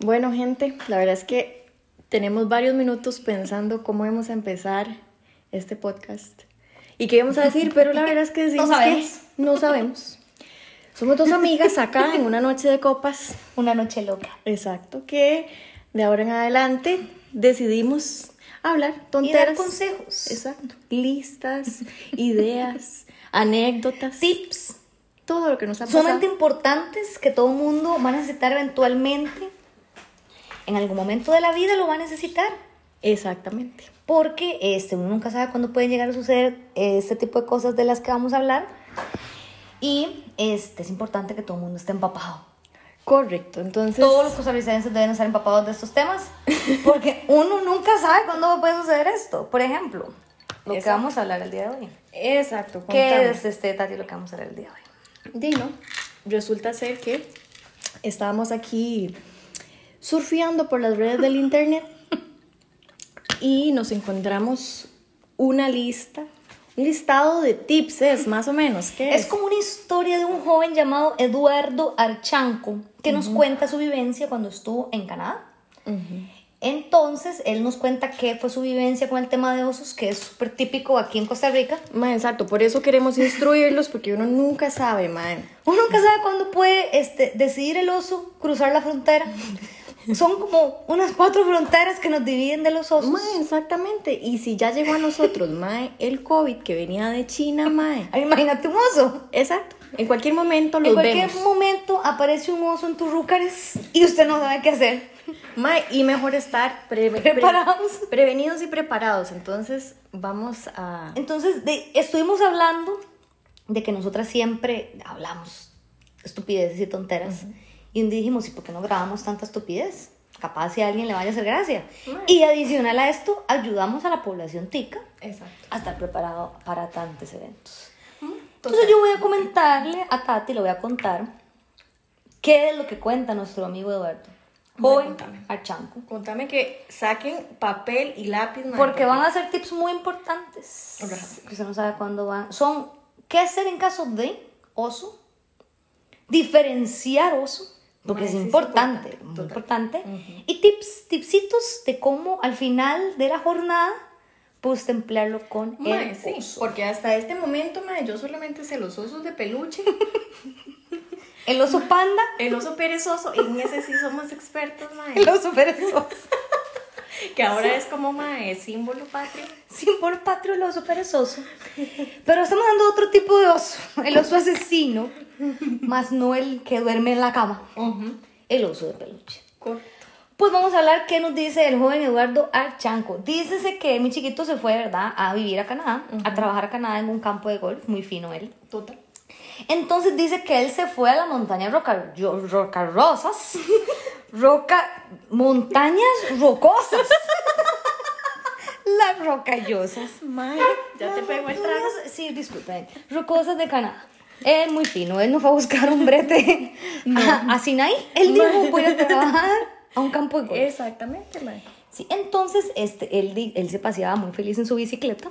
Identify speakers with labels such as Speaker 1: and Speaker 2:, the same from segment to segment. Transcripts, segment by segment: Speaker 1: Bueno, gente, la verdad es que tenemos varios minutos pensando cómo vamos a empezar este podcast y qué íbamos a decir, pero la verdad es que decimos
Speaker 2: sabemos.
Speaker 1: que no sabemos. Somos dos amigas acá en una noche de copas,
Speaker 2: Una noche loca.
Speaker 1: exacto, que de ahora en adelante decidimos hablar
Speaker 2: Y dar
Speaker 1: tonteras.
Speaker 2: consejos.
Speaker 1: Exacto. Listas, ideas, anécdotas,
Speaker 2: Tips.
Speaker 1: todo lo que nos ha pasado.
Speaker 2: Sumamente importantes que todo mundo va a necesitar eventualmente. En algún momento de la vida lo va a necesitar.
Speaker 1: Exactamente.
Speaker 2: Porque este, uno nunca sabe cuándo pueden llegar a suceder eh, este tipo de cosas de las que vamos a hablar. Y este, es importante que todo el mundo esté empapado.
Speaker 1: Correcto. Entonces,
Speaker 2: Todos los costarricenses deben estar empapados de estos temas. Porque uno nunca sabe cuándo puede suceder esto. Por ejemplo, lo que
Speaker 1: Exacto.
Speaker 2: vamos a hablar el día de hoy.
Speaker 1: exacto.
Speaker 2: ¿Qué
Speaker 1: contame.
Speaker 2: es este, Tati, lo que vamos a hablar el día de hoy?
Speaker 1: Dino, resulta ser que estábamos aquí surfeando por las redes del internet y nos encontramos una lista, un listado de tips, es más o menos. ¿Qué
Speaker 2: Es como una historia de un joven llamado Eduardo Archanco que nos cuenta su vivencia cuando estuvo en Canadá. Entonces, él nos cuenta qué fue su vivencia con el tema de osos, que es súper típico aquí en Costa Rica.
Speaker 1: Ma, exacto, por eso queremos instruirlos porque uno nunca sabe, man.
Speaker 2: Uno nunca sabe cuándo puede este, decidir el oso cruzar la frontera. Son como unas cuatro fronteras que nos dividen de los osos.
Speaker 1: exactamente. Y si ya llegó a nosotros, mae, el COVID que venía de China, mae.
Speaker 2: Ay, Ah, Imagínate un oso.
Speaker 1: Exacto. En cualquier momento los
Speaker 2: en cualquier
Speaker 1: vemos.
Speaker 2: momento aparece un oso en tus rúcares y usted no sabe qué hacer.
Speaker 1: Mae, y mejor estar pre- pre-
Speaker 2: Preparados.
Speaker 1: prevenidos y preparados. Entonces, vamos a.
Speaker 2: Entonces, de- estuvimos hablando de que nosotras siempre hablamos estupideces y tonteras. Y un día dijimos, ¿y por qué no grabamos tanta estupidez? Capaz si a alguien le vaya a hacer gracia.
Speaker 1: Bueno.
Speaker 2: Y adicional a esto, ayudamos a la población tica
Speaker 1: Exacto.
Speaker 2: a estar preparado para tantos eventos. Entonces yo voy a comentarle a Tati, le voy a contar qué es lo que cuenta nuestro amigo Eduardo.
Speaker 1: Bueno,
Speaker 2: Joven
Speaker 1: contame.
Speaker 2: Archanco.
Speaker 1: Contame que saquen papel y lápiz, mae,
Speaker 2: Porque van a ser tips muy importantes.
Speaker 1: Ajá.
Speaker 2: Que usted no sabe cuándo van. Son qué hacer en caso de oso, diferenciar oso,
Speaker 1: Bueno,
Speaker 2: porque es
Speaker 1: sí es
Speaker 2: importante,
Speaker 1: importante,
Speaker 2: muy
Speaker 1: total.
Speaker 2: importante. Y tips, tipsitos de cómo al final de la jornada, pues templarlo con
Speaker 1: Mae,
Speaker 2: el
Speaker 1: sí,
Speaker 2: oso.
Speaker 1: porque hasta este momento, mae, yo solamente sé los osos de peluche,
Speaker 2: El oso panda,
Speaker 1: el oso perezoso, y en ese sí somos expertos, mae.
Speaker 2: el oso perezoso.
Speaker 1: Que ahora es como, mae, símbolo patrio.
Speaker 2: Sin por patrio el oso perezoso. Pero estamos dando otro tipo de oso. El oso asesino, más no el que duerme en la cama. El oso de peluche.
Speaker 1: Correcto.
Speaker 2: Pues vamos a hablar qué nos dice el joven Eduardo Archanco. Dícese que mi chiquito se fue, ¿verdad?, a vivir a Canadá, a trabajar a Canadá en un campo de golf, muy fino él.
Speaker 1: Total.
Speaker 2: Entonces dice que él se fue a la montaña roca, yo- roca rosas, roca, montañas rocosas. Las rocallosas.
Speaker 1: Mae, ya te pego el trago.
Speaker 2: Rocosas- Sí, disculpen. Rocosas de Canadá. Él muy fino, él no fue a buscar un brete a, a Sinaí. Él dijo, voy a trabajar a un campo de golf.
Speaker 1: Exactamente, mae.
Speaker 2: Sí, entonces este, él, di- él se paseaba muy feliz en su bicicleta,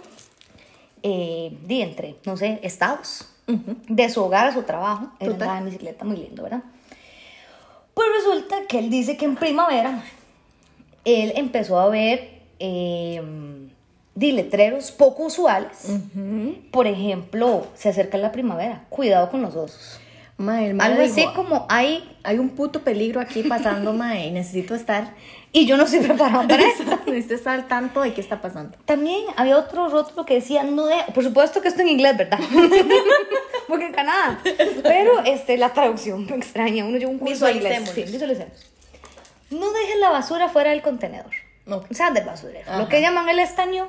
Speaker 2: eh, di entre, no sé, estados, de su hogar a su trabajo. Él
Speaker 1: Total.
Speaker 2: andaba en bicicleta, muy lindo, ¿verdad? Pues resulta que él dice que en primavera él empezó a ver eh, di letreros poco usuales. Por ejemplo, se acerca la primavera, cuidado con los osos.
Speaker 1: Mae, el mae
Speaker 2: Algo así
Speaker 1: dijo,
Speaker 2: como hay,
Speaker 1: Hay un puto peligro aquí pasando, mae, y necesito estar
Speaker 2: y yo no estoy preparado para esto.
Speaker 1: Necesito estar al tanto de qué está pasando.
Speaker 2: También había otro rótulo que decía, no de, por supuesto que esto en inglés, ¿verdad? Porque en Canadá. Pero este, la traducción me extraña, uno lleva un curso de inglés.
Speaker 1: Visualicémonos.
Speaker 2: Sí, visualicemos. No dejes la basura fuera del contenedor.
Speaker 1: Ok.
Speaker 2: O sea, del basurero. Lo
Speaker 1: Ajá.
Speaker 2: que llaman el estaño.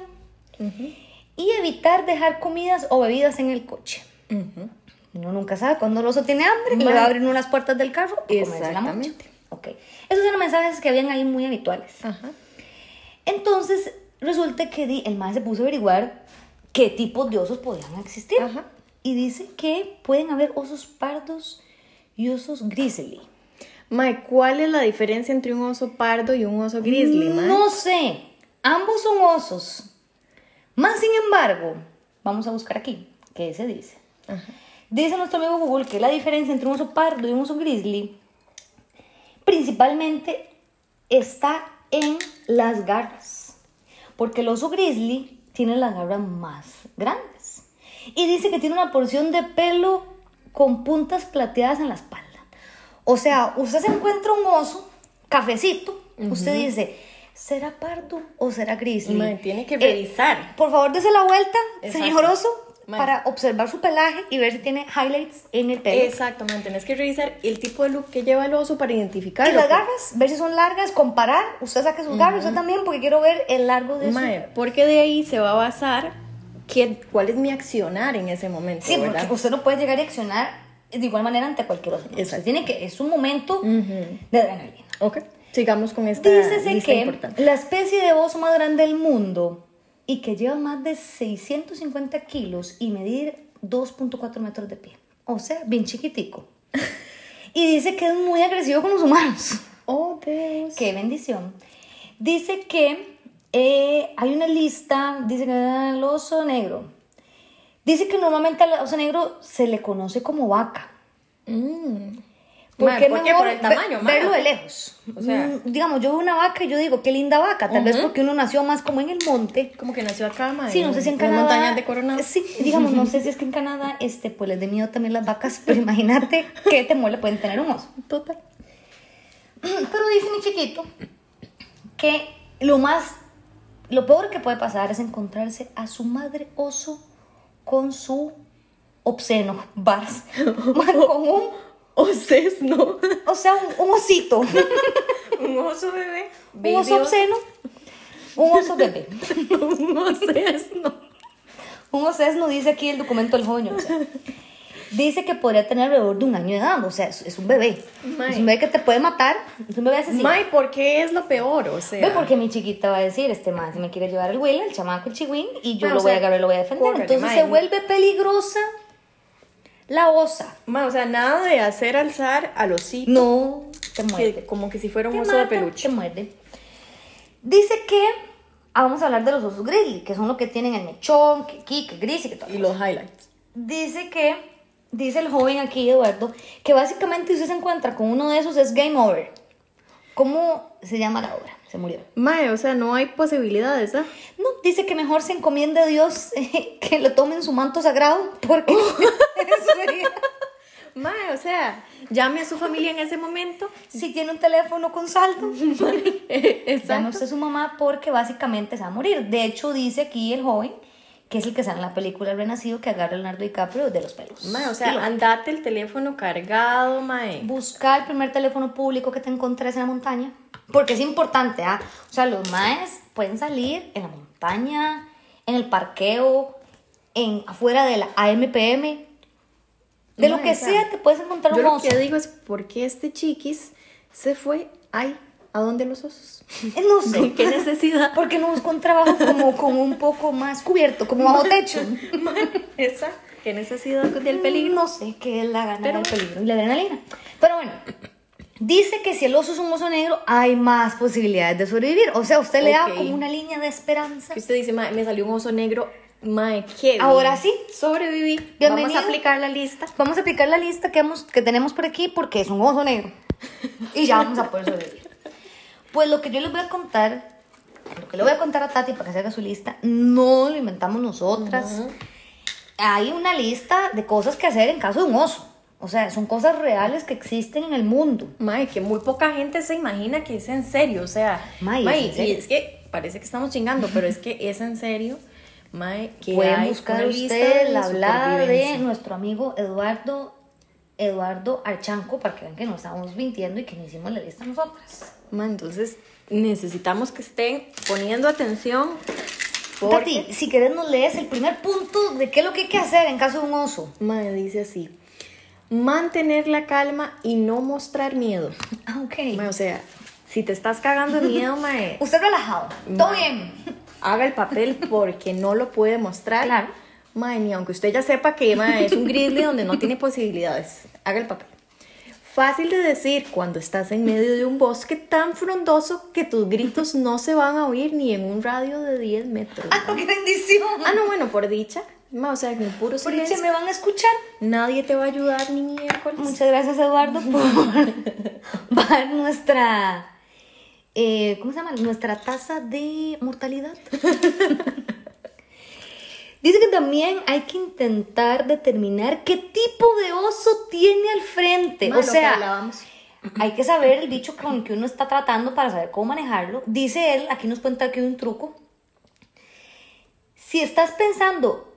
Speaker 2: Y evitar dejar comidas o bebidas en el coche. Uno nunca sabe cuándo el oso tiene hambre, le va a
Speaker 1: Vale.
Speaker 2: abrir unas puertas del carro y comerse la mocha.
Speaker 1: Exactamente.
Speaker 2: Ok. Esos eran mensajes que habían ahí muy habituales.
Speaker 1: Ajá.
Speaker 2: Entonces, resulta que di- el mae se puso a averiguar qué tipos de osos podían existir.
Speaker 1: Ajá.
Speaker 2: Y dice que pueden haber osos pardos y osos grizzly.
Speaker 1: Mae, ¿cuál es la diferencia entre un oso pardo y un oso grizzly, mae?
Speaker 2: No sé, ambos son osos. Más sin embargo, vamos a buscar aquí qué se dice. Dice nuestro amigo Google que la diferencia entre un oso pardo y un oso grizzly principalmente está en las garras, porque el oso grizzly tiene las garras más grandes. Y dice que tiene una porción de pelo con puntas plateadas en la espalda. O sea, usted se encuentra un oso, cafecito, usted dice, ¿será pardo o será grizzly?
Speaker 1: Mae, tiene que
Speaker 2: Eh,
Speaker 1: revisar.
Speaker 2: por favor, dese la vuelta,
Speaker 1: Exacto.
Speaker 2: señor oso,
Speaker 1: Mae.
Speaker 2: para observar su pelaje y ver si tiene highlights en el pelo.
Speaker 1: Exactamente, tenés que revisar el tipo de look que lleva el oso para
Speaker 2: Y
Speaker 1: identificarlo.
Speaker 2: las garras, ver si son largas, comparar. Usted saque sus garras, usted también, porque quiero ver el largo de su...
Speaker 1: Mae, porque de ahí se va a basar qué- cuál es mi accionar en ese momento.
Speaker 2: Sí, porque
Speaker 1: ¿verdad?
Speaker 2: usted no puede llegar a accionar de igual manera ante cualquier otro. Usted tiene que... Es un momento de adrenalina.
Speaker 1: Ok, sigamos con esta
Speaker 2: Dícese
Speaker 1: lista
Speaker 2: que
Speaker 1: importante.
Speaker 2: la especie de oso más grande del mundo y que lleva más de 650 kilos y medir 2.4 metros de pie. O sea, bien chiquitico. y dice que es muy agresivo con los humanos.
Speaker 1: Oh, Dios.
Speaker 2: Qué bendición. Dice que eh, hay una lista, dice que ah, el oso negro. Dice que normalmente al oso negro se le conoce como vaca.
Speaker 1: mm. Mae,
Speaker 2: qué
Speaker 1: ¿por qué?
Speaker 2: mejor
Speaker 1: Por el
Speaker 2: ve-
Speaker 1: tamaño, mae.
Speaker 2: verlo de lejos?
Speaker 1: O sea-
Speaker 2: Mm, digamos, yo veo una vaca y yo digo, qué linda vaca. Tal vez
Speaker 1: Ujú.
Speaker 2: porque uno nació más como en el monte.
Speaker 1: Como que nació acá, mae.
Speaker 2: Sí, no sé si en
Speaker 1: las
Speaker 2: Canadá.
Speaker 1: montañas de Coronado.
Speaker 2: Sí, digamos, no sé si es que en Canadá, este, pues les de miedo también las vacas, pero imagínate qué temor le pueden tener a un oso.
Speaker 1: Total.
Speaker 2: Pero dice mi chiquito que lo más, lo peor que puede pasar es encontrarse a su madre oso con su obsceno, bars, con un,
Speaker 1: O no.
Speaker 2: o sea, un, un osito, un
Speaker 1: Un oso bebé.
Speaker 2: oso obsceno, un oso bebé.
Speaker 1: Un no.
Speaker 2: Un osesno dice aquí el documento del joño. o sea. dice que podría tener alrededor de un año de edad, o sea, es, es un bebé.
Speaker 1: Mae.
Speaker 2: Es un bebé que te puede matar, es un bebé asesino.
Speaker 1: Mae, ¿por qué es lo peor? O sea.
Speaker 2: Ve porque mi chiquita va a decir, este man se me quiere llevar el Will, el chamaco, el chihuín, y yo
Speaker 1: Mae, o
Speaker 2: lo voy a
Speaker 1: sea,
Speaker 2: agarrar, lo voy a defender.
Speaker 1: córrele,
Speaker 2: Entonces
Speaker 1: mae.
Speaker 2: se vuelve peligrosa la osa.
Speaker 1: Mae, o sea, nada de hacer alzar al osito.
Speaker 2: No, te muerde.
Speaker 1: que como que si fuera
Speaker 2: Te
Speaker 1: un oso de
Speaker 2: mata,
Speaker 1: peluche.
Speaker 2: Te muerde. Dice que, ah, vamos a hablar de los osos grizzly, que son los que tienen el mechón, que kick, que gris y que todo.
Speaker 1: Y los highlights.
Speaker 2: Dice que, dice el joven aquí, Eduardo, que básicamente si usted se encuentra con uno de esos es game over. ¿Cómo se llama la obra? Se murió.
Speaker 1: Mae, o sea, no hay posibilidades, ¿ah?
Speaker 2: No, dice que mejor se encomiende a Dios eh, que lo tome en su manto sagrado, porque eso sería-
Speaker 1: Mae, o sea, llame a su familia en ese momento.
Speaker 2: si tiene un teléfono con saldo, llame
Speaker 1: Exacto.
Speaker 2: usted a su mamá porque básicamente se va a morir. De hecho, dice aquí el joven, que es el que sale en la película El Renacido, que agarra a Leonardo DiCaprio de los pelos.
Speaker 1: Mae, o
Speaker 2: Y lo-
Speaker 1: sea, andate el teléfono cargado, mae.
Speaker 2: buscar el primer teléfono público que te encontres en la montaña, porque es importante, ¿ah? O sea, los maes pueden salir en la montaña, en el parqueo, en afuera de la AMPM, de lo
Speaker 1: Mae,
Speaker 2: que
Speaker 1: o sea,
Speaker 2: sea, te puedes encontrar
Speaker 1: Yo
Speaker 2: un
Speaker 1: lo
Speaker 2: oso.
Speaker 1: que digo es, ¿por qué este chiquis se fue? Ay, ¿a dónde los osos?
Speaker 2: Eh, No sé,
Speaker 1: ¿Con qué necesidad?
Speaker 2: porque no busco un trabajo como, como un poco más cubierto, como bajo techo.
Speaker 1: Esa, ¿qué necesidad del
Speaker 2: peligro,
Speaker 1: peligro?
Speaker 2: no sé qué es la gana
Speaker 1: Pero
Speaker 2: del
Speaker 1: bueno.
Speaker 2: peligro y la adrenalina. Pero bueno, dice que si el oso es un oso negro, hay más posibilidades de sobrevivir. O sea, usted le da
Speaker 1: Ok.
Speaker 2: como una línea de esperanza.
Speaker 1: Que usted dice, mae, me salió un oso negro, mae, qué bien.
Speaker 2: Ahora sí.
Speaker 1: Sobreviví. Vamos
Speaker 2: Bienvenido.
Speaker 1: a aplicar la lista.
Speaker 2: Vamos a aplicar la lista que, hemos- que tenemos por aquí porque es un oso negro. Y ya vamos a poder sobrevivir. Pues lo que yo les voy a contar, lo que le voy a contar a Tati para que se haga su lista, no lo inventamos nosotras. Hay una lista de cosas que hacer en caso de un oso. O sea, son cosas reales que existen en el mundo.
Speaker 1: Mae, que muy poca gente se imagina que es en serio, o sea,
Speaker 2: Mae,
Speaker 1: mae,
Speaker 2: es en
Speaker 1: y
Speaker 2: serio.
Speaker 1: es que parece que estamos chingando, pero es que es en serio, mae, que
Speaker 2: Pueden
Speaker 1: hay
Speaker 2: buscar
Speaker 1: una lista
Speaker 2: usted
Speaker 1: de
Speaker 2: la hablada de
Speaker 1: supervivencia.
Speaker 2: nuestro amigo Eduardo, Eduardo Archanco para que vean que no estamos mintiendo y que no hicimos la lista nosotras.
Speaker 1: Mae, entonces necesitamos que estén poniendo atención porque
Speaker 2: Tati, si querés nos lees el primer punto de qué es lo que hay que hacer en caso de un oso.
Speaker 1: mae dice así: mantener la calma y no mostrar miedo.
Speaker 2: Ah, ok.
Speaker 1: Mae, o sea, si te estás cagando de miedo, mae,
Speaker 2: Usted relajado. Todo bien.
Speaker 1: haga el papel porque no lo puede mostrar.
Speaker 2: Claro.
Speaker 1: Mae, ni aunque usted ya sepa que mae, es un grizzly donde no tiene posibilidades. Haga el papel. Fácil de decir cuando estás en medio de un bosque tan frondoso que tus gritos no se van a oír ni en un radio de 10 metros.
Speaker 2: Ah, qué bendición.
Speaker 1: Ah, no, bueno, por dicha. Mae, o sea, en puro
Speaker 2: Por dicha,
Speaker 1: silencio.
Speaker 2: me van a escuchar.
Speaker 1: Nadie te va a ayudar ni miércoles.
Speaker 2: Muchas gracias, Eduardo, por dar nuestra eh, ¿cómo se llama? Nuestra tasa de mortalidad. Dice que también hay que intentar determinar qué tipo de oso tiene al frente.
Speaker 1: Más
Speaker 2: o
Speaker 1: lo que
Speaker 2: sea,
Speaker 1: hablábamos.
Speaker 2: hay que saber el bicho con el que uno está tratando para saber cómo manejarlo. Dice él, aquí nos cuenta que hay un truco. Si estás pensando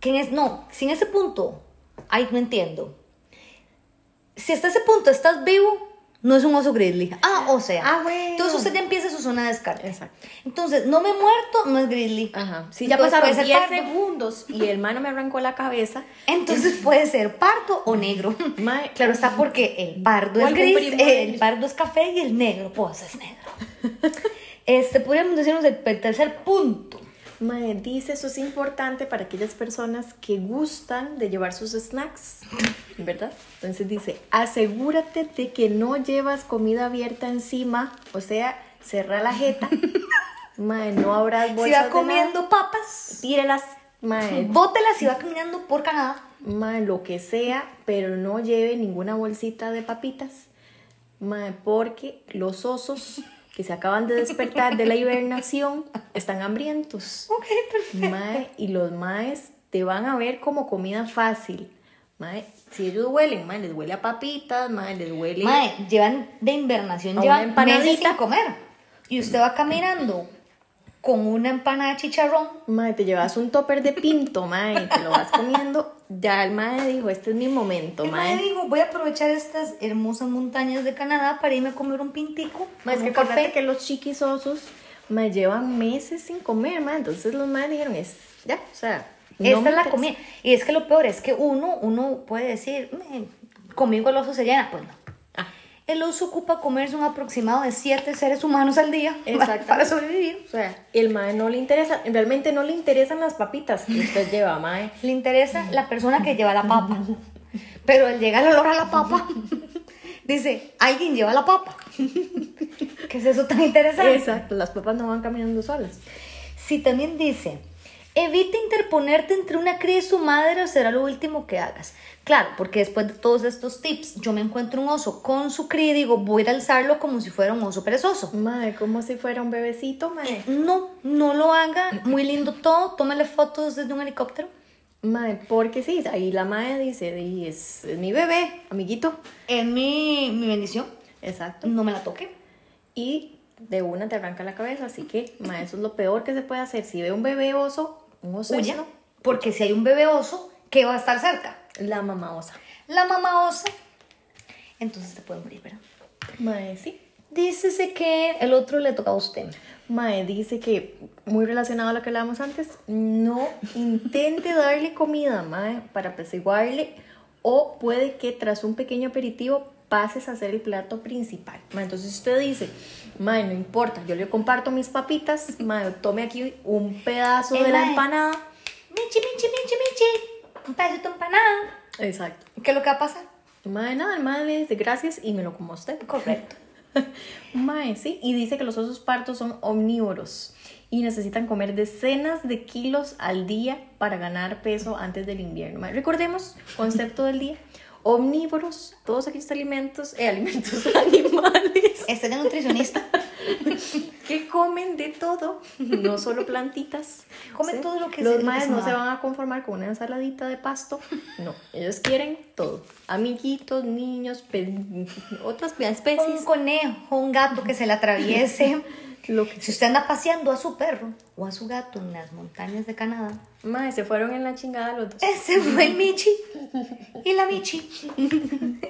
Speaker 2: que en es, no, si en ese punto, ay, no entiendo. Si hasta ese punto estás vivo, no es un oso grizzly. Ah, o sea.
Speaker 1: Ah, bueno.
Speaker 2: Entonces usted ya empieza su zona de descarte.
Speaker 1: Exacto.
Speaker 2: Entonces, no me he muerto, no es grizzly.
Speaker 1: Ajá. Si ya
Speaker 2: Entonces,
Speaker 1: pasaron ¿eh?
Speaker 2: puede ser
Speaker 1: 10
Speaker 2: pardo.
Speaker 1: segundos y el mano me arrancó la cabeza,
Speaker 2: Entonces puede ser pardo o negro.
Speaker 1: Mae.
Speaker 2: claro está porque el pardo
Speaker 1: O
Speaker 2: es
Speaker 1: algún
Speaker 2: gris, eh,
Speaker 1: primo de
Speaker 2: el
Speaker 1: él.
Speaker 2: pardo es café y el negro, pues es negro. Este, podríamos decirnos el pe- tercer punto.
Speaker 1: Mae dice, eso es importante para aquellas personas que gustan de llevar sus snacks, ¿verdad? Entonces dice, asegúrate de que no llevas comida abierta encima, o sea, cerra la jeta. Mae, no habrás bolsas
Speaker 2: si va
Speaker 1: de
Speaker 2: comiendo papas,
Speaker 1: nada, tírelas, mae,
Speaker 2: bótelas si va caminando por Canadá.
Speaker 1: mae, lo que sea, pero no lleve ninguna bolsita de papitas, mae, porque los osos que se acaban de despertar de la hibernación están hambrientos.
Speaker 2: Ok, perfecto.
Speaker 1: Mae, y los maes te van a ver como comida fácil. Mae, si ellos huelen, mae, les huele a papitas, mae, les huele.
Speaker 2: Mae, llevan de invernación,
Speaker 1: A
Speaker 2: llevan
Speaker 1: una empanadita.
Speaker 2: meses sin comer. Y usted va caminando con una empanada de chicharrón.
Speaker 1: Mae, te llevas un topper de pinto, mae, te lo vas comiendo. Ya el mae dijo, este es mi momento,
Speaker 2: El mae
Speaker 1: mae.
Speaker 2: dijo, voy a aprovechar estas hermosas montañas de Canadá para irme a comer un pintico.
Speaker 1: Mae, es
Speaker 2: con
Speaker 1: que
Speaker 2: un café.
Speaker 1: acordate que los chiquis osos me llevan meses sin comer, mae. Entonces los maes dijeron, es, ya, o sea. no
Speaker 2: Esta
Speaker 1: me
Speaker 2: es la
Speaker 1: interesa.
Speaker 2: comida. Y es que lo peor es que uno, uno puede decir, "Me- conmigo el oso se llena. Pues no.
Speaker 1: Ah,
Speaker 2: El oso ocupa comerse un aproximado de siete seres humanos al día
Speaker 1: Exactamente.
Speaker 2: para sobrevivir.
Speaker 1: o sea, el mae no le interesa, realmente no le interesan las papitas que usted lleva, mae.
Speaker 2: Le interesa la persona que lleva la papa. Pero al llegar el olor a la papa, dice, alguien lleva la papa. ¿Qué es eso tan interesante?
Speaker 1: Exacto, las papas no van caminando solas.
Speaker 2: Si también dice, evita interponerte entre una cría y su madre o será lo último que hagas. Claro, porque después de todos estos tips, yo me encuentro un oso con su cría y digo, voy a ir a alzarlo como si fuera un oso perezoso.
Speaker 1: Madre, como si fuera un bebecito, madre.
Speaker 2: No, no lo haga, muy lindo todo, tómale fotos desde un helicóptero.
Speaker 1: Madre, porque sí, ahí la madre dice, "Di, es, es mi bebé, amiguito.
Speaker 2: Es mi, mi bendición,
Speaker 1: Exacto.
Speaker 2: no me la toque.
Speaker 1: Y de una te arranca la cabeza, así que, madre, eso es lo peor que se puede hacer. Si ve un bebé oso, un oso,
Speaker 2: Huya, porque si hay un bebé oso, ¿qué va a estar cerca?
Speaker 1: la mamá osa.
Speaker 2: La mamá osa, entonces te puede morir, ¿verdad?
Speaker 1: Madre, sí.
Speaker 2: Dícese que el otro le toca a usted.
Speaker 1: Mae dice que, muy relacionado a lo que hablábamos antes, no intente darle comida, Mae, para apaciguarle, o puede que tras un pequeño aperitivo pases a hacer el plato principal. Mae, entonces usted dice, Mae, no importa, yo le comparto mis papitas, Mae, tome aquí un pedazo
Speaker 2: Eh,
Speaker 1: de la
Speaker 2: mae.
Speaker 1: empanada.
Speaker 2: Michi, michi, michi, michi. Un pedacito de empanada.
Speaker 1: Exacto.
Speaker 2: ¿Qué es lo que va a pasar?
Speaker 1: Mae, nada, el Mae le dice gracias y me lo como a usted.
Speaker 2: Correcto.
Speaker 1: Mae, sí, y dice que los osos partos son omnívoros y necesitan comer decenas de kilos al día para ganar peso antes del invierno. Mae, recordemos, concepto del día, omnívoros, todos aquellos alimentos, eh, alimentos animales
Speaker 2: Este es de nutricionista.
Speaker 1: que comen de todo, no solo plantitas.
Speaker 2: Comen todo lo que se- lo
Speaker 1: Los
Speaker 2: que
Speaker 1: maes
Speaker 2: se
Speaker 1: no
Speaker 2: mueva.
Speaker 1: se van a conformar con una ensaladita de pasto, no, ellos quieren todo, amiguitos, niños, pe- otras
Speaker 2: Un
Speaker 1: especies,
Speaker 2: conejo, un gato que se le atraviese.
Speaker 1: lo que
Speaker 2: Si usted anda paseando a su perro o a su gato en las montañas de Canadá,
Speaker 1: Mae, se fueron en la chingada los dos.
Speaker 2: ese fue el Michi y la Michi.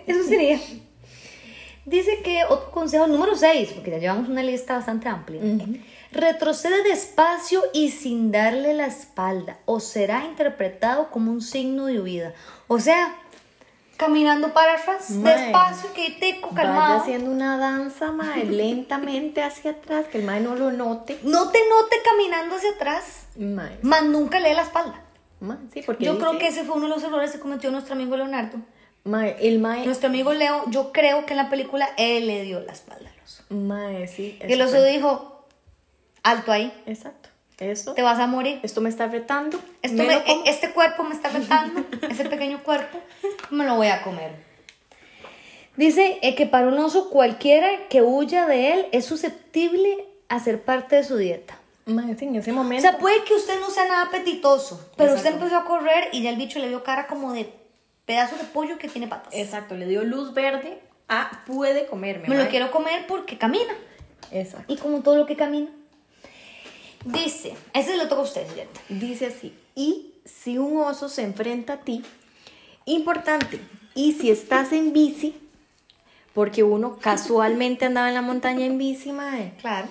Speaker 2: Eso sería. Dice que otro consejo número 6, porque ya llevamos una lista bastante amplia. Retrocede despacio y sin darle la espalda, o será interpretado como un signo de huida. O sea, caminando para atrás,
Speaker 1: Mae.
Speaker 2: despacio, que te
Speaker 1: Vaya
Speaker 2: calmado.
Speaker 1: haciendo una danza, mae, lentamente hacia atrás, que el mae no lo note.
Speaker 2: No te note caminando hacia atrás,
Speaker 1: Mae,
Speaker 2: más nunca lee la espalda.
Speaker 1: mae, sí, porque
Speaker 2: Yo
Speaker 1: dice-
Speaker 2: creo que ese fue uno de los errores que cometió nuestro amigo Leonardo.
Speaker 1: Mae, el mae...
Speaker 2: Nuestro amigo Leo, yo creo que en la película él le dio la espalda al oso.
Speaker 1: Mae, sí.
Speaker 2: Y el
Speaker 1: eso
Speaker 2: oso
Speaker 1: fue.
Speaker 2: dijo, alto ahí,
Speaker 1: Exacto. Eso.
Speaker 2: te vas a morir.
Speaker 1: Esto me está retando.
Speaker 2: Esto
Speaker 1: me
Speaker 2: me- eh,
Speaker 1: lo como.
Speaker 2: este cuerpo me está afectando, ese pequeño cuerpo, me lo voy a comer. Dice eh, que para un oso cualquiera que huya de él es susceptible a ser parte de su dieta.
Speaker 1: Mae, sí, en ese
Speaker 2: O
Speaker 1: momento.
Speaker 2: sea, pues, puede que usted no sea nada apetitoso, pero usted empezó a correr y ya el bicho le vio cara como de pedazo de pollo que tiene patas.
Speaker 1: exacto, le dio luz verde a puede comerme.
Speaker 2: Me lo
Speaker 1: mae.
Speaker 2: quiero comer porque camina.
Speaker 1: Exacto.
Speaker 2: Y como todo lo que camina. Dice, ese lo toca a usted, siguiente.
Speaker 1: Dice así, y si un oso se enfrenta a ti, importante, y si estás en bici, porque uno casualmente andaba en la montaña en bici, mae,
Speaker 2: Claro.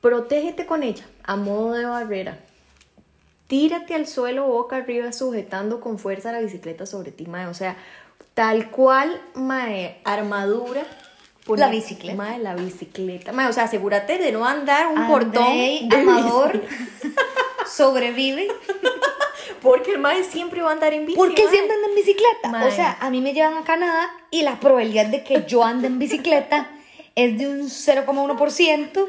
Speaker 1: protégete con ella a modo de barrera. Tírate al suelo boca arriba sujetando con fuerza la bicicleta sobre ti, mae. O sea, tal cual, mae, armadura.
Speaker 2: La bicicleta.
Speaker 1: Mae, la bicicleta. Mae, o sea, asegúrate de no andar un portón
Speaker 2: Andrei
Speaker 1: de
Speaker 2: Amador
Speaker 1: bici.
Speaker 2: sobrevive
Speaker 1: Porque el mae siempre va a andar en bici.
Speaker 2: porque
Speaker 1: mae.
Speaker 2: siempre anda en bicicleta. O
Speaker 1: Mae.
Speaker 2: sea, a mí me llevan a Canadá y la probabilidad de que yo ande en bicicleta es de un 0,1%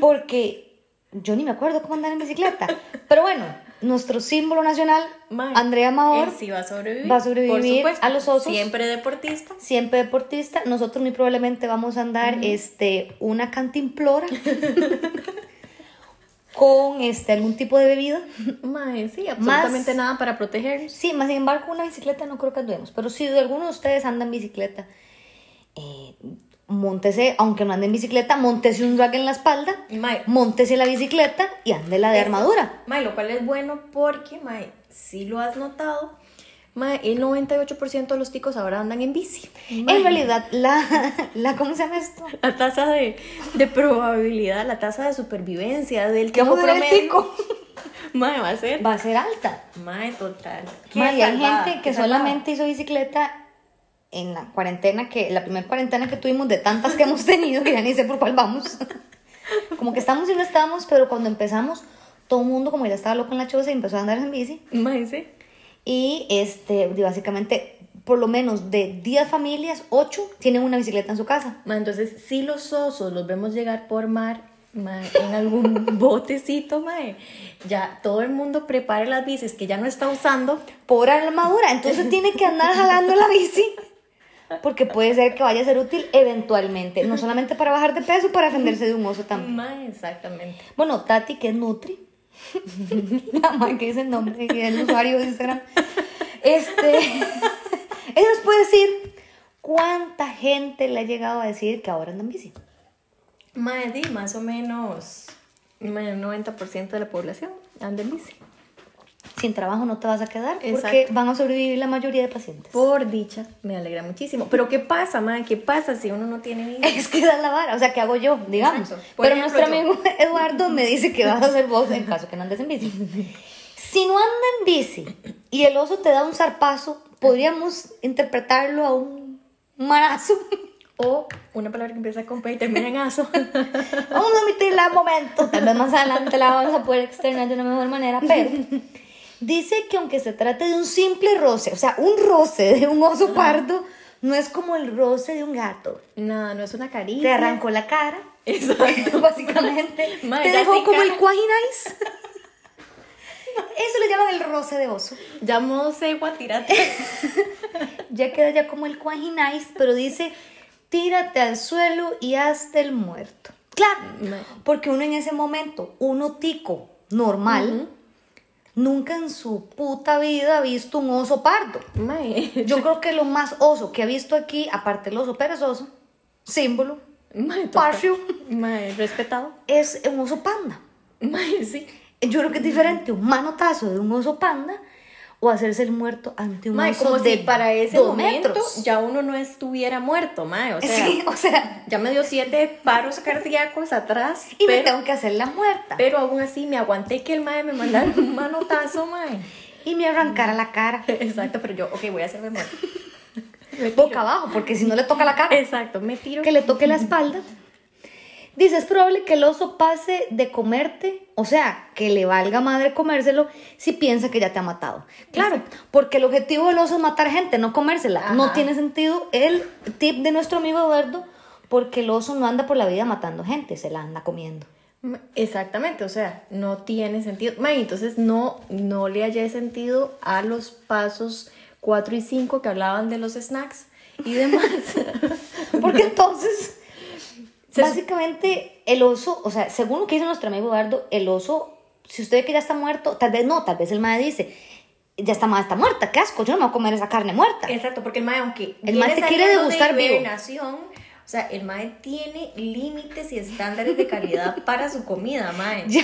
Speaker 2: porque yo ni me acuerdo cómo andar en bicicleta. Pero bueno, nuestro símbolo nacional,
Speaker 1: Mae,
Speaker 2: Andrea Amador,
Speaker 1: él sí va a sobrevivir.
Speaker 2: va a sobrevivir
Speaker 1: por supuesto.
Speaker 2: a los osos.
Speaker 1: Siempre deportista.
Speaker 2: siempre deportista. Nosotros muy probablemente vamos a andar este, una cantimplora con este, algún tipo de bebida.
Speaker 1: Mae, sí, absolutamente nada para protegernos.
Speaker 2: Sí, más sin embargo, una bicicleta no creo que andemos. Pero si alguno de ustedes anda en bicicleta, eh, montese, aunque no ande en bicicleta, montese un drag en la espalda,
Speaker 1: Mae,
Speaker 2: montese la bicicleta y ándela de
Speaker 1: Eso.
Speaker 2: armadura.
Speaker 1: Mae, lo cual es bueno porque, Mae, si lo has notado, Mae, el 98% de los ticos ahora andan en bici.
Speaker 2: En realidad, la, la, ¿cómo se llama esto?
Speaker 1: La tasa de, de probabilidad, la tasa de supervivencia del que
Speaker 2: ¿Cómo será el tico?
Speaker 1: Mae, va a ser.
Speaker 2: Va a ser alta.
Speaker 1: Mae, total.
Speaker 2: Ma, y hay
Speaker 1: salvada,
Speaker 2: gente que
Speaker 1: qué salvada.
Speaker 2: solamente hizo bicicleta en la cuarentena, que la primera cuarentena que tuvimos de tantas que hemos tenido, que ya ni sé por cuál vamos. Como que estamos y no estamos, pero cuando empezamos, todo el mundo como ya estaba loco en la choza y empezó a andar en bici.
Speaker 1: Mae, sí.
Speaker 2: Y este, di- básicamente, por lo menos de 10 familias, 8 tienen una bicicleta en su casa.
Speaker 1: Ma, entonces, si los osos los vemos llegar por mar, ma, en algún botecito, mae, ya todo el mundo prepare las bicis que ya no está usando.
Speaker 2: Por armadura, entonces tiene que andar jalando la bici. Porque puede ser que vaya a ser útil eventualmente, no solamente para bajar de peso, para defenderse de un oso también.
Speaker 1: Mae, exactamente.
Speaker 2: Bueno, Tati, que es Nutri. La madre que dice el nombre y el usuario de Instagram. Este. Ella nos puede decir cuánta gente le ha llegado a decir que ahora anda en bici.
Speaker 1: Mae, di, más o menos mae, el 90% de la población anda en bici.
Speaker 2: Sin trabajo no te vas a quedar porque
Speaker 1: Exacto.
Speaker 2: van a sobrevivir la mayoría de pacientes.
Speaker 1: Por dicha, me alegra muchísimo. Pero, ¿qué pasa, mae? ¿Qué pasa si uno no tiene bici?
Speaker 2: Es que esa es la vara, o sea, ¿qué hago yo? Digamos.
Speaker 1: Exacto. Por
Speaker 2: Pero
Speaker 1: ejemplo,
Speaker 2: nuestro amigo Eduardo me dice que vas a ser vos en caso que no andes en bici. Si no anda en bici y el oso te da un zarpazo, podríamos interpretarlo a un marazo.
Speaker 1: O una palabra que empieza con P y termina en aso.
Speaker 2: Vamos a omitirla de momento. Tal vez más adelante la vamos a poder externar de una mejor manera, pero dice que aunque se trate de un simple roce, o sea, un roce de un oso pardo, no es como el roce de un gato.
Speaker 1: Nada, no es una caricia.
Speaker 2: Te arrancó la cara,
Speaker 1: Exacto.
Speaker 2: básicamente.
Speaker 1: Mae,
Speaker 2: te
Speaker 1: ya
Speaker 2: dejó
Speaker 1: sin
Speaker 2: como el
Speaker 1: cara.
Speaker 2: cuajinais. Eso le llaman el roce de oso.
Speaker 1: Llamó se guatirate.
Speaker 2: Ya queda ya como el cuajinais, pero dice, tírate al suelo y hazte el muerto. Claro,
Speaker 1: Mae.
Speaker 2: porque uno en ese momento, uno tico normal, nunca en su puta vida ha visto un oso pardo.
Speaker 1: Mae.
Speaker 2: Yo creo que lo más oso que ha visto aquí, aparte del oso perezoso, símbolo,
Speaker 1: Mae, total.
Speaker 2: parfio,
Speaker 1: Mae, respetado.
Speaker 2: es un oso panda.
Speaker 1: Mae, sí.
Speaker 2: Yo creo que es diferente un manotazo de un oso panda o hacerse el muerto ante un
Speaker 1: Mae,
Speaker 2: oso
Speaker 1: como
Speaker 2: de
Speaker 1: si para ese
Speaker 2: dos
Speaker 1: momento
Speaker 2: metros.
Speaker 1: ya uno no estuviera muerto, mae. O sea,
Speaker 2: sí, o sea,
Speaker 1: ya me dio siete paros cardíacos atrás.
Speaker 2: y me
Speaker 1: pero,
Speaker 2: tengo que hacer la muerta
Speaker 1: pero aún así me aguanté que el mae me mandara un manotazo, mae.
Speaker 2: y me arrancara la cara
Speaker 1: Exacto, pero yo, ok, voy a hacerme muerto.
Speaker 2: boca abajo porque si no le toca la cara
Speaker 1: Exacto, me tiro.
Speaker 2: que le toque la espalda. Dice, es probable que el oso pase de comerte, o sea, que le valga madre comérselo si piensa que ya te ha matado. Claro, porque el objetivo del oso es matar gente, no comérsela. No
Speaker 1: Ajá.
Speaker 2: tiene sentido el tip de nuestro amigo Eduardo, porque el oso no anda por la vida matando gente, se la anda comiendo.
Speaker 1: Ma- Exactamente, o sea, no tiene sentido. Ma, y entonces no, no le hallé sentido a los pasos 4 y 5 que hablaban de los snacks y demás.
Speaker 2: Porque entonces, básicamente, el oso, o sea, según lo que dice nuestro amigo Eduardo, el oso, si usted ve que ya está muerto, tal vez no, tal vez el madre dice, ya está madre está muerta, qué asco, yo no me voy a comer esa carne muerta.
Speaker 1: Exacto, porque el mae, aunque
Speaker 2: El mae
Speaker 1: viene
Speaker 2: te quiere
Speaker 1: saliendo
Speaker 2: degustar
Speaker 1: de
Speaker 2: vivo.
Speaker 1: hibernación, o sea, el mae tiene límites y estándares de calidad para su comida, mae.
Speaker 2: Ya,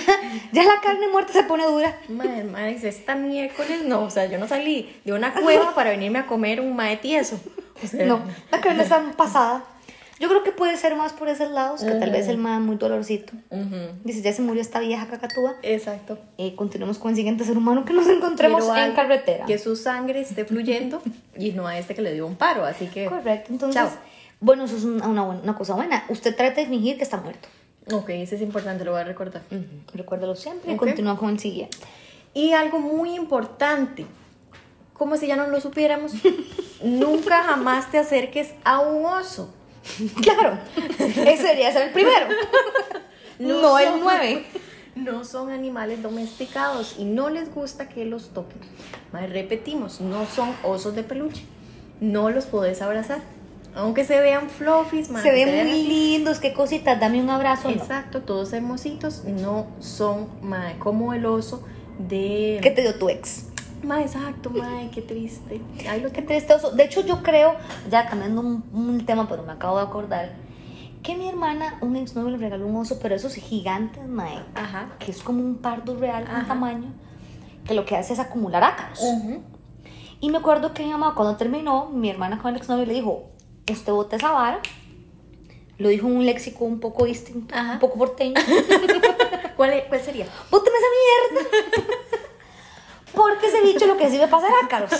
Speaker 2: ya la carne muerta se pone dura.
Speaker 1: Mae, el mae dice, esta miércoles no, o sea, yo no salí de una cueva para venirme a comer un mae tieso. O sea,
Speaker 2: No, la carne está pasada. Yo creo que puede ser más por esos lados, que tal vez el más muy dolorcito.
Speaker 1: ujú,
Speaker 2: Dice, ya se murió esta vieja cacatúa.
Speaker 1: Exacto.
Speaker 2: Eh, continuemos con el siguiente ser humano que nos encontremos
Speaker 1: Quiero
Speaker 2: en
Speaker 1: algo
Speaker 2: carretera.
Speaker 1: Que su sangre esté fluyendo y no a este que le dio un paro, así que...
Speaker 2: Correcto, entonces,
Speaker 1: Chao.
Speaker 2: bueno, eso es una, una buena- una cosa buena. Usted trata de fingir que está muerto.
Speaker 1: Ok, eso es importante, lo voy a recordar.
Speaker 2: Recuérdalo siempre y
Speaker 1: Ok.
Speaker 2: continúa con el siguiente.
Speaker 1: Y algo muy importante, como si ya no lo supiéramos, nunca jamás te acerques a un oso.
Speaker 2: Claro, ese debería ser el primero. No, el
Speaker 1: son-
Speaker 2: nueve.
Speaker 1: No son animales domesticados y no les gusta que los toquen. Más repetimos, no son osos de peluche. No los podés abrazar. Aunque se vean fluffies, mae,
Speaker 2: Se
Speaker 1: que
Speaker 2: ven muy
Speaker 1: así.
Speaker 2: lindos, qué cositas, dame un abrazo. no.
Speaker 1: Exacto, todos hermositos. No son mae, como el oso de...
Speaker 2: ¿Qué te dio tu ex?
Speaker 1: Mae, exacto, mae, qué triste. Ay, lo
Speaker 2: Qué
Speaker 1: que
Speaker 2: triste oso. De hecho, yo creo, ya cambiando un, un tema, pero me acabo de acordar, que mi hermana, un exnovio, le regaló un oso, pero esos gigantes, mae,
Speaker 1: Ajá.
Speaker 2: que es como un pardo real en
Speaker 1: Ajá.
Speaker 2: tamaño, que lo que hace es acumular ácaros. Y me acuerdo que mi mamá, cuando terminó, mi hermana con el exnovio le dijo, usted bota esa vara. Lo dijo en un léxico un poco distinto,
Speaker 1: Ajá.
Speaker 2: un poco porteño.
Speaker 1: ¿Cuál, es- cuál sería?
Speaker 2: ¡Bóteme esa mierda! Porque ese bicho lo que sí me pasa era ácaros.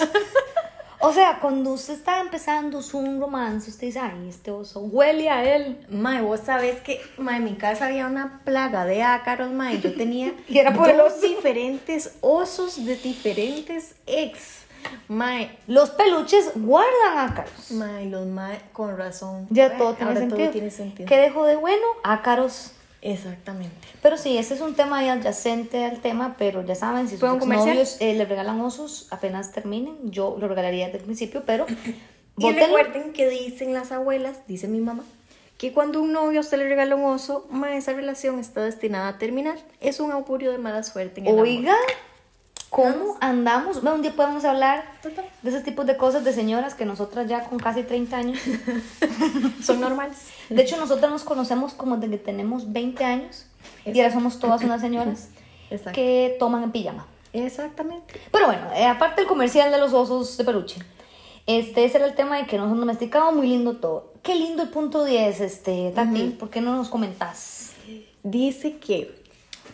Speaker 2: O sea, cuando usted está empezando su un romance, usted dice, ay, este oso huele a él.
Speaker 1: Mae, vos sabés que mae, en mi casa había una plaga de ácaros, mae. Yo tenía
Speaker 2: Y era por el
Speaker 1: dos
Speaker 2: oso.
Speaker 1: diferentes osos de diferentes ex. Mae,
Speaker 2: Los peluches guardan ácaros.
Speaker 1: mae, los mae, con razón.
Speaker 2: Ya
Speaker 1: Bueno,
Speaker 2: todo, tiene,
Speaker 1: ahora
Speaker 2: sentido.
Speaker 1: todo tiene sentido.
Speaker 2: ¿Qué dejó de bueno? Ácaros.
Speaker 1: Exactamente.
Speaker 2: Pero sí, ese es un tema ahí adyacente al tema, pero ya saben, si
Speaker 1: ¿Fue
Speaker 2: sus
Speaker 1: un comercial?
Speaker 2: novios le regalan osos, apenas terminen, yo lo regalaría desde el principio, pero
Speaker 1: Y
Speaker 2: bótenlo.
Speaker 1: recuerden que dicen las abuelas, dice mi mamá, que cuando un novio a usted le regala un oso, mae, esa relación está destinada a terminar. Es un augurio de mala suerte en el amor.
Speaker 2: Oiga, ¿cómo andamos? Bueno, un día podemos hablar
Speaker 1: Total.
Speaker 2: de ese tipo de cosas de señoras que nosotras ya con casi 30 años.
Speaker 1: Son normales.
Speaker 2: De hecho, nosotras nos conocemos como desde que tenemos 20 años y ahora somos todas unas señoras
Speaker 1: Exacto.
Speaker 2: que toman en pijama.
Speaker 1: Exactamente.
Speaker 2: Pero bueno, eh, aparte el comercial de los osos de peluche. Este, ese era el tema de que no son domesticados, muy lindo todo. Qué lindo el punto 10, este, Tati, ¿por qué no nos comentás?
Speaker 1: dice que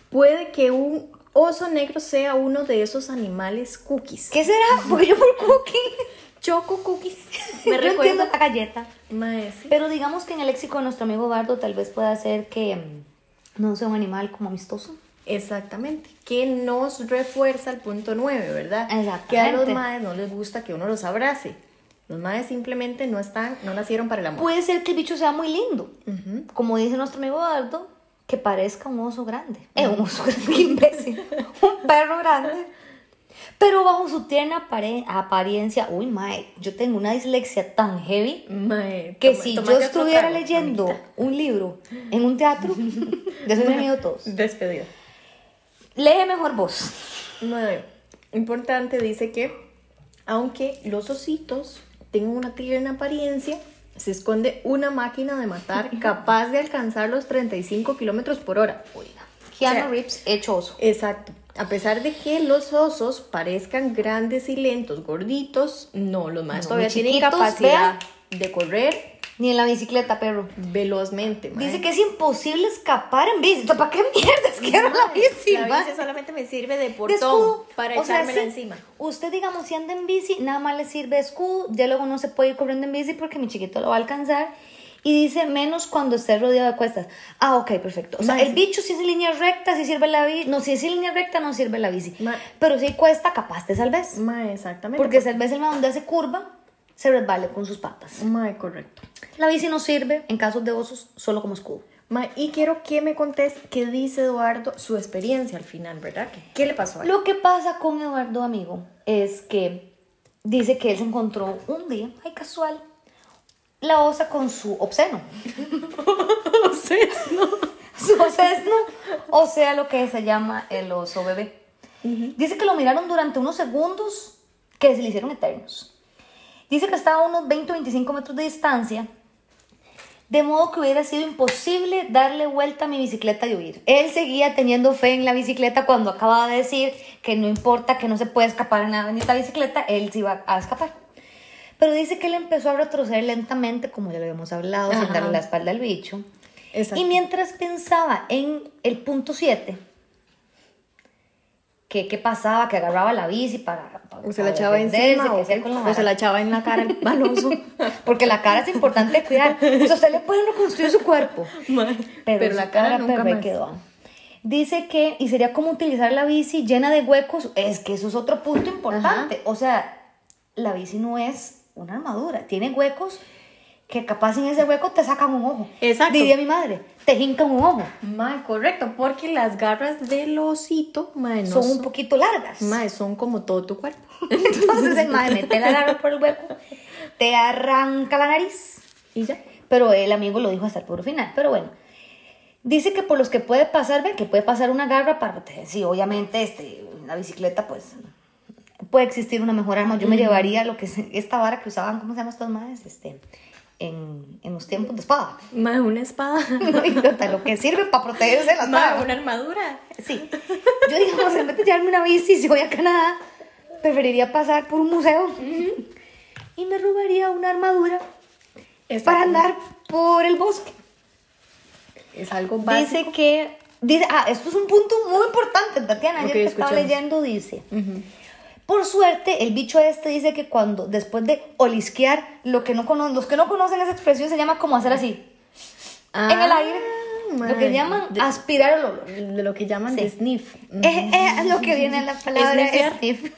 Speaker 1: puede que un oso negro sea uno de esos animales cookies.
Speaker 2: ¿Qué será? Porque yo por cookie,
Speaker 1: Choco cookies.
Speaker 2: me
Speaker 1: Me
Speaker 2: yo entiendo
Speaker 1: recuerda.
Speaker 2: la galleta.
Speaker 1: Mae, sí.
Speaker 2: Pero digamos que en el léxico de nuestro amigo Bardo tal vez pueda ser que mm, no sea un animal como amistoso.
Speaker 1: Exactamente. Que nos refuerza el punto 9, ¿verdad?
Speaker 2: Exactamente.
Speaker 1: Que a los madres no les gusta que uno los abrace. Los madres simplemente no están, no nacieron para el amor.
Speaker 2: Puede ser que el bicho sea muy lindo.
Speaker 1: Ujú.
Speaker 2: Como dice nuestro amigo Bardo, que parezca un oso grande. Eh, un oso grande, qué imbécil. un perro grande. Pero bajo su tierna apare- apariencia, uy, mae, yo tengo una dislexia tan heavy
Speaker 1: Mae,
Speaker 2: que
Speaker 1: toma-
Speaker 2: si
Speaker 1: tomate
Speaker 2: yo
Speaker 1: otro
Speaker 2: estuviera
Speaker 1: trago,
Speaker 2: leyendo
Speaker 1: mamita.
Speaker 2: un libro en un teatro, ya se hubieran ido todos.
Speaker 1: Despedida.
Speaker 2: Lee mejor vos.
Speaker 1: 9. Importante dice que aunque los ositos tengan una tierna apariencia, se esconde una máquina de matar capaz de alcanzar los 35 kilómetros por hora.
Speaker 2: Keanu
Speaker 1: O sea,
Speaker 2: Reeves hecho oso.
Speaker 1: Exacto. A pesar de que los osos parezcan grandes y lentos, gorditos, no, los más
Speaker 2: No,
Speaker 1: todavía tienen
Speaker 2: chiquitos,
Speaker 1: capacidad de correr
Speaker 2: Ni en la bicicleta, perro.
Speaker 1: velozmente. mae.
Speaker 2: Dice que es imposible escapar en bici. ¿Para qué mierdas quiero la bici?
Speaker 1: la
Speaker 2: ma?
Speaker 1: bici solamente me sirve de
Speaker 2: De
Speaker 1: portón
Speaker 2: escudo.
Speaker 1: para
Speaker 2: O sea,
Speaker 1: echármela
Speaker 2: sí,
Speaker 1: encima.
Speaker 2: Usted, digamos, si anda en bici, nada más le sirve de escudo. Ya luego no se puede ir corriendo en bici porque mi chiquito lo va a alcanzar. Y dice menos cuando esté rodeado de cuestas. Ah, ok, perfecto. O sea,
Speaker 1: Ma,
Speaker 2: el
Speaker 1: sí.
Speaker 2: bicho si es en línea recta, si sirve la bici. No, si es en línea recta, no sirve la bici.
Speaker 1: Ma.
Speaker 2: Pero si hay cuesta, capaz te salves.
Speaker 1: Mae, exactamente.
Speaker 2: Porque salves el más donde hace curva, se resbale con sus patas.
Speaker 1: Mae, correcto.
Speaker 2: La bici no sirve en casos de osos solo como escudo.
Speaker 1: Ma, y quiero que me contés qué dice Eduardo su experiencia al final, ¿verdad? ¿Qué, qué le pasó a él?
Speaker 2: Lo que pasa con Eduardo, amigo, es que dice que él se encontró un día, ay casual, la osa con su obsceno.
Speaker 1: O sea, no.
Speaker 2: Su obsesno, o sea, lo que se llama el oso bebé. Dice que lo miraron durante unos segundos que se le hicieron eternos. Dice que estaba a unos 20 o 25 metros de distancia, de modo que hubiera sido imposible darle vuelta a mi bicicleta y huir. Él seguía teniendo fe en la bicicleta cuando acababa de decir que no importa, que no se puede escapar en la bendita bicicleta, él se iba a escapar. Pero dice que él empezó a retroceder lentamente, como ya lo habíamos hablado, sin
Speaker 1: Ajá.
Speaker 2: darle la espalda al bicho.
Speaker 1: Exacto.
Speaker 2: Y mientras pensaba en el punto 7, que qué pasaba, que agarraba la bici para... para-
Speaker 1: O se
Speaker 2: para
Speaker 1: la echaba
Speaker 2: defenderse,
Speaker 1: encima
Speaker 2: que
Speaker 1: o,
Speaker 2: hacía
Speaker 1: qué,
Speaker 2: con la
Speaker 1: o se la
Speaker 2: vara.
Speaker 1: echaba en la cara el baloso.
Speaker 2: Porque la cara es importante de cuidar. O sea, usted le puede reconstruir su cuerpo.
Speaker 1: Mae,
Speaker 2: Pero, la cara,
Speaker 1: nunca
Speaker 2: perra
Speaker 1: más.
Speaker 2: quedó. Dice que, y sería como utilizar la bici llena de huecos. Es que eso es otro punto importante. O sea, la bici no es una armadura. Tiene huecos que capaz en ese hueco te sacan un ojo.
Speaker 1: Exacto.
Speaker 2: Diría mi madre, te hincan un ojo.
Speaker 1: Mae, correcto, porque las garras del osito, mae, no
Speaker 2: son un poquito largas.
Speaker 1: mae, son como todo tu cuerpo.
Speaker 2: Entonces el madre mete la garra por el hueco, te arranca la nariz.
Speaker 1: Y ya.
Speaker 2: Pero el amigo lo dijo hasta el puro final. Pero bueno, dice que por los que puede pasar, ven que puede pasar una garra para proteger. Sí, obviamente, este, la bicicleta, pues puede existir una mejor arma. Yo me llevaría lo que es esta vara que usaban, ¿cómo se llaman estos madres? Este, en, en los tiempos de espada.
Speaker 1: Mae, una espada.
Speaker 2: No importa lo que sirve para protegerse de la espada.
Speaker 1: mae, una armadura.
Speaker 2: Sí. Yo digamos, en vez de llevarme una bici, si voy a Canadá, preferiría pasar por un museo y me robaría una armadura
Speaker 1: Es
Speaker 2: para andar por el bosque.
Speaker 1: Es algo básico.
Speaker 2: Dice que... Dice, ah, esto es un punto muy importante, Tatiana. Ayer
Speaker 1: Ok,
Speaker 2: que estaba
Speaker 1: escuchemos.
Speaker 2: leyendo dice... Por suerte, el bicho este dice que cuando, después de olisquear, lo que no cono- los que no conocen esa expresión se llama como hacer así, en el
Speaker 1: Ah,
Speaker 2: aire, lo
Speaker 1: mae.
Speaker 2: que llaman aspirar el olor.
Speaker 1: de lo que llaman
Speaker 2: Sí.
Speaker 1: de sniff.
Speaker 2: Eh, eh, lo que viene en la palabra
Speaker 1: Snifear.
Speaker 2: sniff.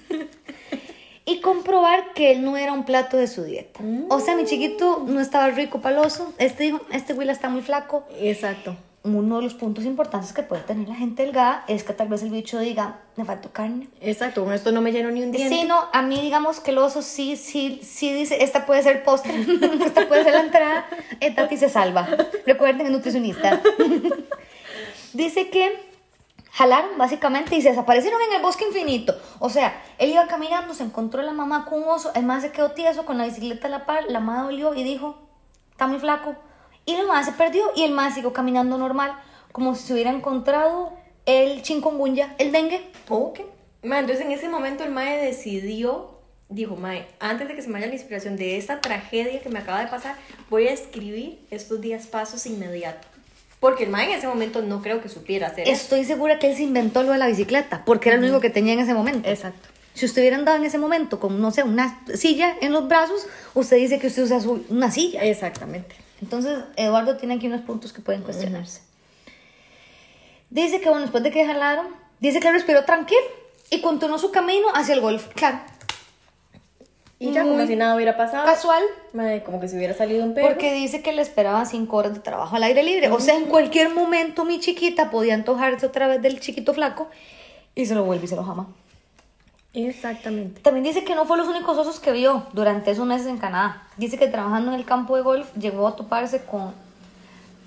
Speaker 2: Y comprobar que él no era un plato de su dieta. O sea, mi chiquito no estaba rico paloso. Este dijo, este Willa está muy flaco.
Speaker 1: Exacto.
Speaker 2: Uno de los puntos importantes que puede tener la gente delgada es que tal vez el bicho diga, me faltó carne.
Speaker 1: Exacto, con esto no me lleno ni un diente.
Speaker 2: Sí, no, a mí digamos que el oso sí, sí, sí dice, esta puede ser postre, esta puede ser la entrada, eh, Tati se salva. Recuerden, el nutricionista. dice que jalaron básicamente y se desaparecieron en el bosque infinito. O sea, él iba caminando, se encontró la mamá con un oso, el más se quedó tieso con la bicicleta a la par, la mamá olió y dijo, está muy flaco. Y el más se perdió y el más siguió caminando normal, como si se hubiera encontrado el chikungunya, el dengue.
Speaker 1: Ok. Ma, entonces en ese momento el Mae decidió, dijo, Mae, antes de que se me vaya la inspiración de esta tragedia que me acaba de pasar, voy a escribir estos 10 pasos inmediato. Porque el Mae en ese momento no creo que supiera hacer eso.
Speaker 2: Estoy segura que él se inventó lo de la bicicleta, porque era lo único que tenía en ese momento.
Speaker 1: Exacto.
Speaker 2: Si usted hubiera andado en ese momento con, no sé, una silla en los brazos, usted dice que usted usa su- una silla.
Speaker 1: Exactamente.
Speaker 2: Entonces, Eduardo tiene aquí unos puntos que pueden cuestionarse. Dice que, bueno, después de que jalaron, dice que respiró tranquilo y continuó su camino hacia el golf. Claro,
Speaker 1: Y ya como
Speaker 2: Muy
Speaker 1: si nada hubiera pasado.
Speaker 2: casual,
Speaker 1: Mae, como que se hubiera salido un perro.
Speaker 2: porque dice que le esperaban cinco horas de trabajo al aire libre. O sea, en cualquier momento mi chiquita podía antojarse otra vez del chiquito flaco y se lo vuelve y se lo jama.
Speaker 1: Exactamente.
Speaker 2: También dice que no fue los únicos osos que vio durante esos meses en Canadá. Dice que trabajando en el campo de golf llegó a toparse con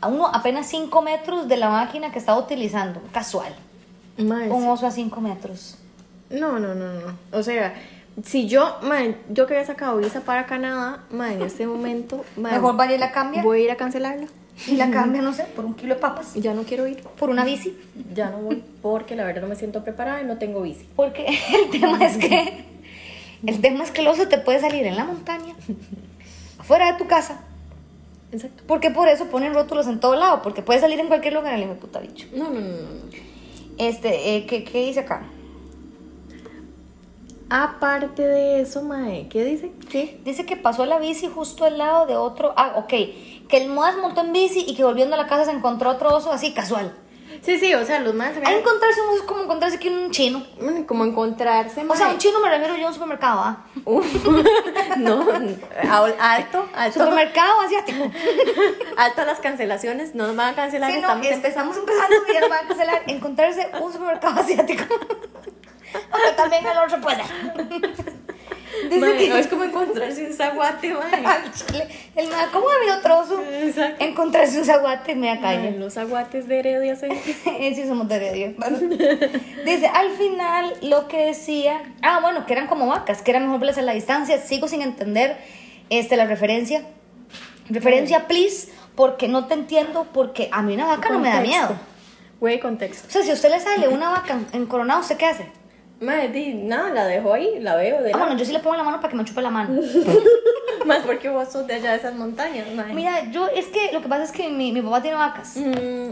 Speaker 2: a uno apenas 5 metros de la máquina que estaba utilizando, casual.
Speaker 1: Mae,
Speaker 2: Un oso a 5 metros.
Speaker 1: No, no, no, no. O sea, si yo, man, yo que había sacado visa para Canadá, man, en este momento, man,
Speaker 2: Mejor vaya y la cambia.
Speaker 1: voy a ir a cancelarla.
Speaker 2: Y la cambia, no sé, por un kilo de papas,
Speaker 1: Ya no quiero ir.
Speaker 2: por una bici.
Speaker 1: Ya no voy porque la verdad no me siento preparada y no tengo bici.
Speaker 2: Porque el tema es que el tema es que el oso te puede salir en la montaña, afuera de tu casa.
Speaker 1: Exacto.
Speaker 2: Porque por eso ponen rótulos en todo lado, porque puede salir en cualquier lugar el hijo de puta bicho.
Speaker 1: No, no, no, no. no.
Speaker 2: Este, eh, ¿qué, ¿qué dice acá?
Speaker 1: Aparte de eso, mae, ¿qué dice? ¿Qué?
Speaker 2: Dice que pasó la bici justo al lado de otro. Ah, ok. Que el Moas montó en bici y que volviendo a la casa se encontró otro oso así casual.
Speaker 1: Sí, sí, o sea, los más
Speaker 2: Ahí encontrarse un oso es como encontrarse aquí un chino.
Speaker 1: como encontrarse,
Speaker 2: O sea,
Speaker 1: mae. Uh.
Speaker 2: un chino me refiero yo a un supermercado, ¿ah?
Speaker 1: no, a- alto, alto,
Speaker 2: Supermercado asiático.
Speaker 1: alto a las cancelaciones, no nos van a cancelar,
Speaker 2: Sí, no,
Speaker 1: estamos
Speaker 2: este,
Speaker 1: empezando.
Speaker 2: estamos empezando y ya lo van a cancelar. Encontrarse un supermercado asiático. Aunque también el otro puede. Dice
Speaker 1: Mae,
Speaker 2: que-
Speaker 1: no, es como encontrarse un zaguate, mae.
Speaker 2: Al chile. El mae, ¿cómo me vino trozo?
Speaker 1: Exacto.
Speaker 2: Encontrarse un zaguate me
Speaker 1: Mae,
Speaker 2: acaña.
Speaker 1: Los zaguates de Heredia se...
Speaker 2: Ese es un montevideo. Dice, al final lo que decía. Ah, bueno, que eran como vacas, que era mejor placer la distancia. Sigo sin entender este, la referencia. Referencia, please, porque no te entiendo, porque a mí una vaca no me da
Speaker 1: Contexto.
Speaker 2: miedo.
Speaker 1: Güey, contexto.
Speaker 2: O sea, si a usted le sale una vaca en- en coronado, ¿usted qué hace?
Speaker 1: Mae, di, nada, la dejo ahí, la veo de
Speaker 2: Ah,
Speaker 1: la...
Speaker 2: bueno, yo sí le pongo la mano para que me chupe la mano.
Speaker 1: Mae, porque vos sos de allá de esas montañas, mae.
Speaker 2: Mira, yo es que lo que pasa es que mi, mi papá tiene vacas.
Speaker 1: Mm,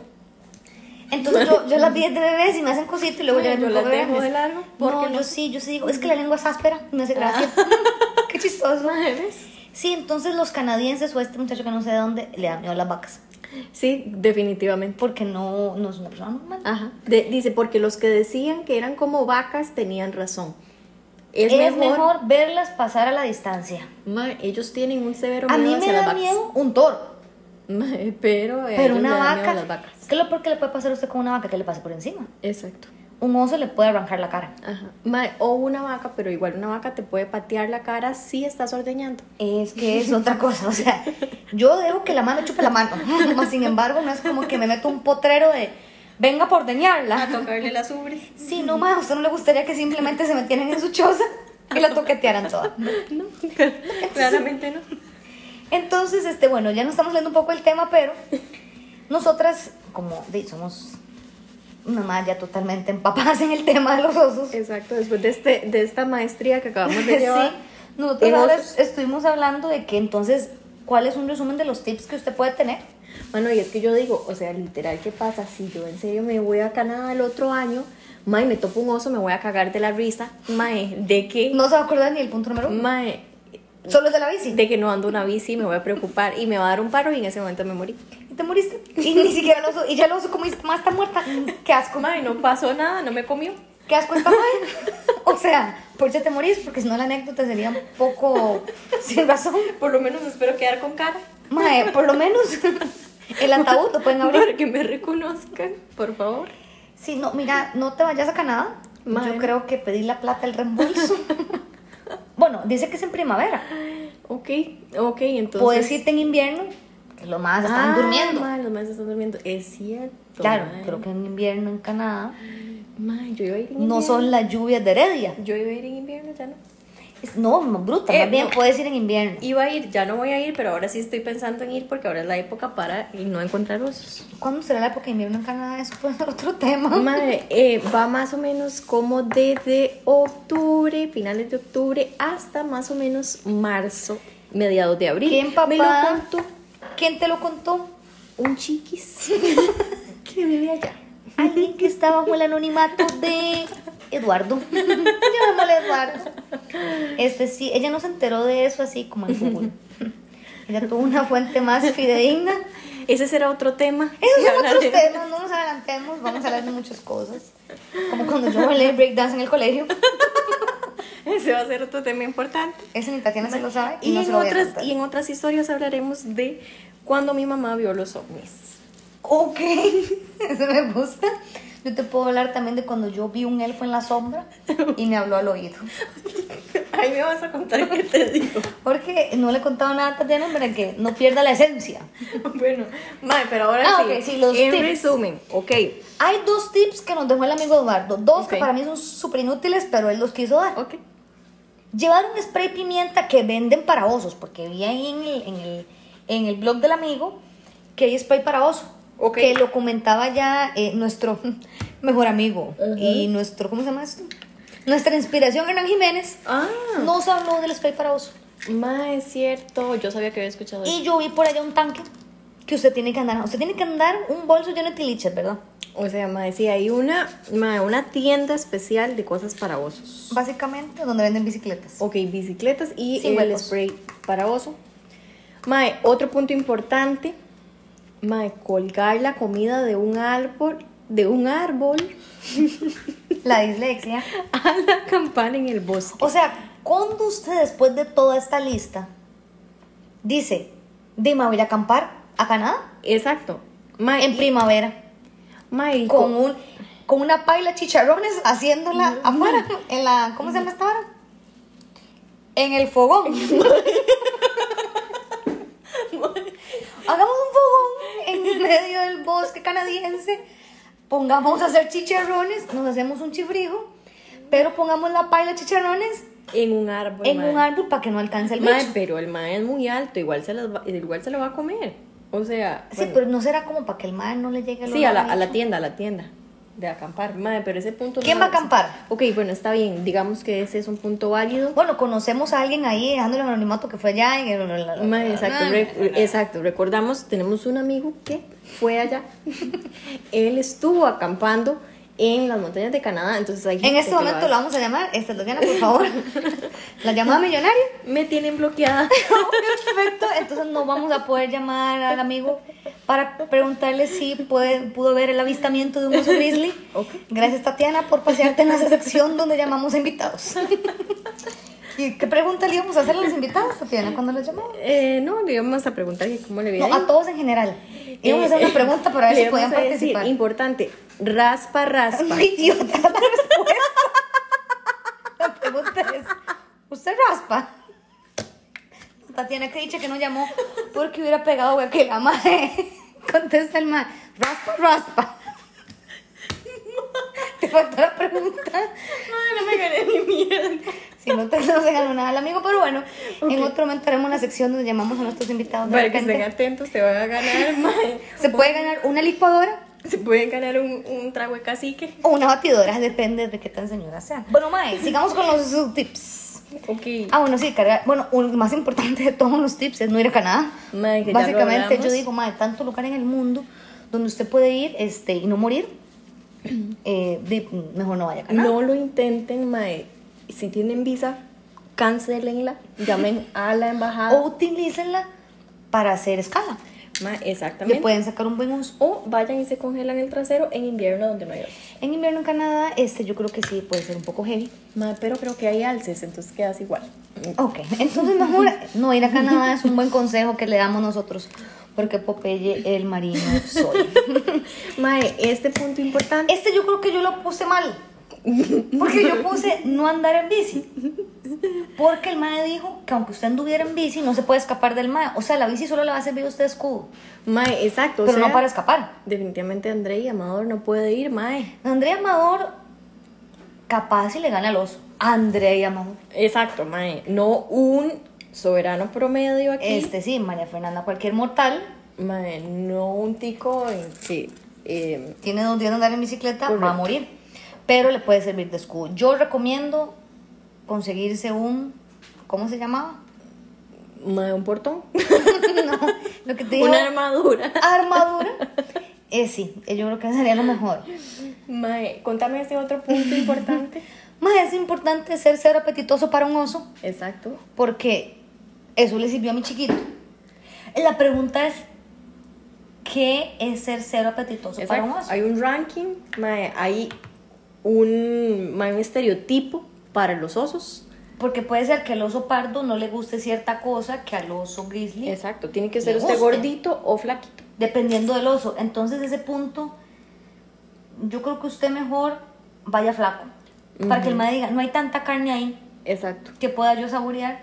Speaker 2: Entonces yo, yo las vi de bebés y me hacen cositas y luego
Speaker 1: Bueno,
Speaker 2: ya
Speaker 1: yo
Speaker 2: me
Speaker 1: las
Speaker 2: pongo
Speaker 1: dejo
Speaker 2: grandes.
Speaker 1: de largo,
Speaker 2: No,
Speaker 1: porque
Speaker 2: yo
Speaker 1: no-
Speaker 2: sí, yo sí digo, es que la lengua es áspera, me hace gracia. Qué chistoso.
Speaker 1: mae, ¿ves?
Speaker 2: Sí, entonces los canadienses o este muchacho que no sé de dónde le da miedo a las vacas.
Speaker 1: Sí, definitivamente.
Speaker 2: Porque no, no es una persona normal.
Speaker 1: Ajá. De- dice, porque los que decían que eran como vacas tenían razón. Es, mejor.
Speaker 2: verlas pasar a la distancia.
Speaker 1: Mae, ellos tienen un severo
Speaker 2: A
Speaker 1: miedo
Speaker 2: mí me
Speaker 1: hacia las
Speaker 2: da
Speaker 1: vacas.
Speaker 2: miedo un toro,
Speaker 1: Mae, pero a
Speaker 2: pero
Speaker 1: ellos
Speaker 2: una
Speaker 1: le da miedo a
Speaker 2: vaca.
Speaker 1: las vacas.
Speaker 2: ¿Qué es lo peor que le puede pasar a usted con una vaca que le pase por encima?
Speaker 1: Exacto.
Speaker 2: Un oso le puede arrancar la cara.
Speaker 1: Ajá. Mae, o una vaca, pero igual una vaca te puede patear la cara si estás ordeñando.
Speaker 2: Es que es otra cosa, o sea, yo dejo que la mano chupe la mano, mas sin embargo no es como que me meto un potrero de venga por ordeñarla.
Speaker 1: tocarle las ubres.
Speaker 2: Sí, no más, a usted no le gustaría que simplemente se metieran en su choza y la toquetearan toda.
Speaker 1: No, claramente no.
Speaker 2: Entonces, este, bueno, ya nos estamos leyendo un poco el tema, pero nosotras, como di, somos mamá ya totalmente empapadas en el tema de los osos.
Speaker 1: Exacto, después de, este, de esta maestría que acabamos de llevar.
Speaker 2: Sí, nosotros
Speaker 1: en
Speaker 2: ahora
Speaker 1: osos.
Speaker 2: estuvimos hablando de que entonces, ¿cuál es un resumen de los tips que usted puede tener?
Speaker 1: Bueno, y es que yo digo, o sea, literal, ¿qué pasa? Si yo en serio me voy a Canadá el otro año, mae, me topo un oso, me voy a cagar de la risa, mae, de que,
Speaker 2: No se va a acordar ni el punto número uno.
Speaker 1: mae,
Speaker 2: Solo es de la bici.
Speaker 1: de que no ando una bici, me voy a preocupar y me va a dar un paro y en ese momento me morí.
Speaker 2: Y te moriste. Y ni siquiera el oso. Y ya el oso como dice, "Ma, está muerta. Qué asco.
Speaker 1: Mae, no pasó nada, no me comió.
Speaker 2: Qué asco está mal. O sea, por eso te morís, porque si no la anécdota sería un poco sin razón.
Speaker 1: Por lo menos espero quedar con cara
Speaker 2: Mae, por lo menos el ataúd lo pueden abrir.
Speaker 1: para que me reconozcan, por favor.
Speaker 2: Sí, no, mira, no te vayas a Canadá.
Speaker 1: Mae.
Speaker 2: Yo creo que pedir la plata, el reembolso. Bueno, dice que es en primavera.
Speaker 1: Ok, ok, entonces...
Speaker 2: Puedes irte en invierno, que lo más Pues están
Speaker 1: Ah,
Speaker 2: durmiendo.
Speaker 1: mae, los maestros están durmiendo. Es cierto.
Speaker 2: Claro,
Speaker 1: mae.
Speaker 2: creo que en invierno en Canadá
Speaker 1: Mae, yo iba a ir en
Speaker 2: no
Speaker 1: invierno.
Speaker 2: son las lluvias de Heredia.
Speaker 1: Yo iba a ir en invierno, ya no.
Speaker 2: Es- No, más bruta,
Speaker 1: Eh,
Speaker 2: más bien
Speaker 1: no.
Speaker 2: puedes ir en invierno.
Speaker 1: Iba a ir, ya no voy a ir, pero ahora sí estoy pensando en ir porque ahora es la época para y no encontrar osos.
Speaker 2: ¿Cuándo será la época de invierno en Canadá? Eso puede ser otro tema.
Speaker 1: Madre, eh, va más o menos como desde octubre, finales de octubre, hasta más o menos marzo, mediados de abril.
Speaker 2: ¿Quién papá?
Speaker 1: Me lo contó
Speaker 2: ¿Quién te lo contó?
Speaker 1: un chiquis que vive allá.
Speaker 2: Alguien que está bajo el anonimato de Eduardo. Llamémosle Eduardo. Este sí, ella no se enteró de eso así como en Google. Ella tuvo una fuente más fidedigna.
Speaker 1: Ese será otro tema.
Speaker 2: Esos son
Speaker 1: Ya
Speaker 2: otros
Speaker 1: hablaremos.
Speaker 2: temas, no nos adelantemos, vamos a hablar de muchas cosas. Como cuando yo bailé breakdance en el colegio.
Speaker 1: Ese va a ser otro tema importante.
Speaker 2: Eso ni Tatiana se lo sabe y,
Speaker 1: Y,
Speaker 2: no se
Speaker 1: en
Speaker 2: lo voy a
Speaker 1: otras,
Speaker 2: contar.
Speaker 1: y en otras historias hablaremos de cuando mi mamá vio los ovnis.
Speaker 2: Ok, eso me gusta. Yo te puedo hablar también de cuando yo vi un elfo en la sombra y me habló al oído.
Speaker 1: Ahí me vas a contar qué te digo.
Speaker 2: Porque no le he contado nada a Tatiana para que no pierda la esencia.
Speaker 1: Bueno, mae, pero ahora
Speaker 2: Ah,
Speaker 1: sí.
Speaker 2: ok, sí, los
Speaker 1: en
Speaker 2: tips.
Speaker 1: resumen, ok.
Speaker 2: Hay dos tips que nos dejó el amigo Eduardo. Dos
Speaker 1: Ok.
Speaker 2: que para mí son súper inútiles, pero él los quiso dar.
Speaker 1: Ok.
Speaker 2: Llevar un spray pimienta que venden para osos, porque vi ahí en el, en el, en el blog del amigo que hay spray para oso.
Speaker 1: Ok.
Speaker 2: Que lo comentaba ya eh, nuestro mejor amigo y nuestro, ¿cómo se llama esto? Nuestra inspiración, Hernán Jiménez,
Speaker 1: Ah,
Speaker 2: nos habló del spray para oso.
Speaker 1: mae, es cierto. Yo sabía que había escuchado eso.
Speaker 2: Y yo vi por allá un tanque que usted tiene que andar. Usted tiene que andar un bolso lleno de tiliches, ¿verdad?
Speaker 1: O sea, mae, sí, hay una, mae, una tienda especial de cosas para osos.
Speaker 2: Básicamente, donde venden bicicletas.
Speaker 1: Ok, bicicletas y
Speaker 2: Sin
Speaker 1: el
Speaker 2: huecos.
Speaker 1: spray para oso. Mae, otro punto importante. Mae, colgar la comida de un árbol, de un árbol
Speaker 2: La dislexia.
Speaker 1: a la campana en el bosque.
Speaker 2: O sea, cuando usted después de toda esta lista dice, Dima, voy a acampar a Canadá
Speaker 1: Exacto. Mae,
Speaker 2: en primavera
Speaker 1: mae,
Speaker 2: con un con una paila de chicharrones haciéndola afuera en la ¿cómo se llama esta vara? en el fogón. Hagamos un fogón en medio del bosque canadiense. Pongamos a hacer chicharrones, nos hacemos un chifrijo, pero pongamos la paila de chicharrones
Speaker 1: En un árbol.
Speaker 2: en
Speaker 1: mae.
Speaker 2: un árbol para que no alcance el
Speaker 1: Mae,
Speaker 2: bicho.
Speaker 1: pero el mae es muy alto, igual se, las va- igual se lo va a comer. O sea,
Speaker 2: Sí, pues,
Speaker 1: bueno,
Speaker 2: pero no será como para que el mae no le llegue el
Speaker 1: sí, a
Speaker 2: olor
Speaker 1: la,
Speaker 2: al
Speaker 1: a la
Speaker 2: bicho?
Speaker 1: tienda, a la tienda de acampar. Mae, pero ese punto.
Speaker 2: ¿Quién
Speaker 1: no-
Speaker 2: va a acampar?
Speaker 1: Ok, bueno, está bien. Digamos que ese es un punto válido.
Speaker 2: Bueno, conocemos a alguien ahí dejándole el anonimato que fue allá en el.
Speaker 1: Mae, exacto,
Speaker 2: Ah,
Speaker 1: re- exacto. Recordamos, tenemos un amigo que fue allá. Él estuvo acampando en las montañas de Canadá. Entonces hay
Speaker 2: En
Speaker 1: gente
Speaker 2: este
Speaker 1: que lo
Speaker 2: momento
Speaker 1: hace.
Speaker 2: lo vamos a llamar, este, Diana, por favor. La llamada millonaria.
Speaker 1: Me tienen bloqueada.
Speaker 2: Perfecto, entonces no vamos a poder llamar al amigo para preguntarle si puede, pudo ver el avistamiento de un oso grizzly.
Speaker 1: Ok.
Speaker 2: Gracias, Tatiana, por pasearte en esa sección donde llamamos a invitados. ¿Y qué pregunta le íbamos a hacer a los invitados, Tatiana, cuando los llamamos?
Speaker 1: Eh, no, le íbamos a preguntar que cómo le veía.
Speaker 2: No, a todos en general. Íbamos a hacer
Speaker 1: Eh,
Speaker 2: una pregunta para ver si podían participar.
Speaker 1: importante, raspa, raspa.
Speaker 2: Muy idiota la respuesta. La pregunta es, ¿usted raspa? Tatiana que dice que no llamó porque hubiera pegado güey, que la madre. Contesta el mal, raspa, raspa. Te faltó la pregunta.
Speaker 1: no me gané ni mierda.
Speaker 2: Si no te no se ganó nada el amigo, pero bueno, en otro momento haremos una sección donde llamamos a nuestros invitados. De
Speaker 1: Para que
Speaker 2: repente.
Speaker 1: estén atentos, se van a ganar, mae.
Speaker 2: Se puede ganar una licuadora
Speaker 1: Se pueden ganar un, un trago de cacique.
Speaker 2: o una batidora, depende de qué tan señora sea. Bueno, Mae, sigamos con los uh, tips.
Speaker 1: Ok.
Speaker 2: Ah, bueno, sí, cargar. Bueno, un- lo más importante de todos los tips es no ir a Canadá.
Speaker 1: Mae, que ya lo
Speaker 2: Básicamente,
Speaker 1: hablamos.
Speaker 2: yo digo, madre, tanto lugar en el mundo donde usted puede ir este, y no morir, eh, de- mejor no vaya a Canadá.
Speaker 1: No lo intenten, mae. Si tienen visa, cancelenla. Llamen a la embajada.
Speaker 2: O utilícenla para hacer escala.
Speaker 1: Mae,
Speaker 2: Le
Speaker 1: exactamente.
Speaker 2: pueden sacar un buen uso.
Speaker 1: O vayan y se congelan el trasero en invierno donde no hay osos.
Speaker 2: En invierno en Canadá, este, yo creo que sí puede ser un poco heavy.
Speaker 1: Mae, pero creo que hay alces, entonces quedas igual.
Speaker 2: Ok, entonces mejor no ir a Canadá es un buen consejo que le damos nosotros. Porque Popeye el marino soy.
Speaker 1: Mae, este punto importante.
Speaker 2: Este yo creo que yo lo puse mal. Porque yo puse no andar en bici. Porque el mae dijo que aunque usted anduviera en bici, no se puede escapar del mae. O sea, la bici solo le va a servir a usted de escudo.
Speaker 1: Mae, exacto. o
Speaker 2: Pero no
Speaker 1: sea,
Speaker 2: para escapar.
Speaker 1: Definitivamente André y Amador no puede ir, mae.
Speaker 2: Andrea Amador, capaz si le gana al oso. Andrea Amador.
Speaker 1: Exacto, mae. No un soberano promedio aquí.
Speaker 2: Este sí, María Fernanda, cualquier mortal.
Speaker 1: Mae, no un tico en que... eh,
Speaker 2: Tiene dos días de andar en bicicleta, va a
Speaker 1: Correcto.
Speaker 2: morir. Pero le puede servir de escudo. Yo recomiendo conseguirse un. ¿Cómo se llamaba?
Speaker 1: mae, un portón.
Speaker 2: no, lo que te digo.
Speaker 1: Una armadura.
Speaker 2: armadura. Eh, sí, eh, yo creo que sería lo mejor.
Speaker 1: Mae, contame ese otro punto importante.
Speaker 2: Más es importante ser cero apetitoso para un oso,
Speaker 1: Exacto.
Speaker 2: porque eso le sirvió a mi chiquito. La pregunta es, ¿qué es ser cero apetitoso para un
Speaker 1: Exacto.
Speaker 2: oso?
Speaker 1: Hay un ranking, mae, hay un, mae, un estereotipo para los osos.
Speaker 2: Porque puede ser que al oso pardo no le guste cierta cosa que al oso grizzly,
Speaker 1: Exacto, tiene que
Speaker 2: Me
Speaker 1: ser usted
Speaker 2: gusta.
Speaker 1: gordito o flaquito.
Speaker 2: dependiendo del oso. Entonces, ese punto, yo creo que usted mejor vaya flaco, para que el madre diga, no hay tanta carne ahí,
Speaker 1: Exacto.
Speaker 2: que pueda yo saborear,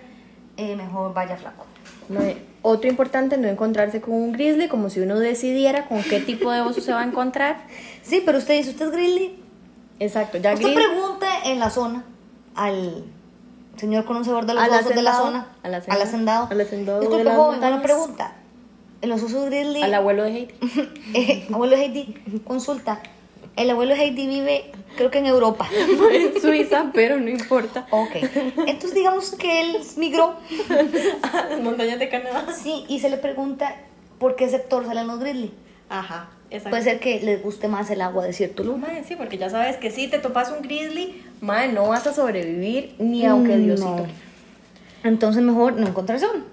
Speaker 2: eh, mejor vaya flaco.
Speaker 1: Mae, Otro importante, no encontrarse con un grizzly, como si uno decidiera con qué tipo de oso se va a encontrar.
Speaker 2: Sí, pero usted dice, ¿usted es grizzly?
Speaker 1: Exacto, ya
Speaker 2: Usted
Speaker 1: gris,
Speaker 2: pregunte en la zona al señor conocedor de los
Speaker 1: Al
Speaker 2: osos de la
Speaker 1: hacendado,
Speaker 2: zona.
Speaker 1: al hacendado,
Speaker 2: al hacendado.
Speaker 1: al hacendado de
Speaker 2: Disculpe,
Speaker 1: las
Speaker 2: joven, una
Speaker 1: montañas.
Speaker 2: pregunta. ¿Los osos grizzly?
Speaker 1: al abuelo de Heidi.
Speaker 2: Eh, abuelo Heidi, consulta. El abuelo Heidi vive, creo que en Europa.
Speaker 1: en Suiza, pero no importa.
Speaker 2: Ok. Entonces digamos que él migró.
Speaker 1: A las montañas de Canadá.
Speaker 2: Sí, y se le pregunta por qué sector salen los grizzly.
Speaker 1: Ajá, exacto.
Speaker 2: Puede ser que les guste más el agua de cierto lugar.
Speaker 1: Pues, eh, Mae, sí, porque ya sabes que si te topas un grizzly, mae, no vas a sobrevivir ni aunque Diosito.
Speaker 2: No. Entonces mejor no encontrarse uno.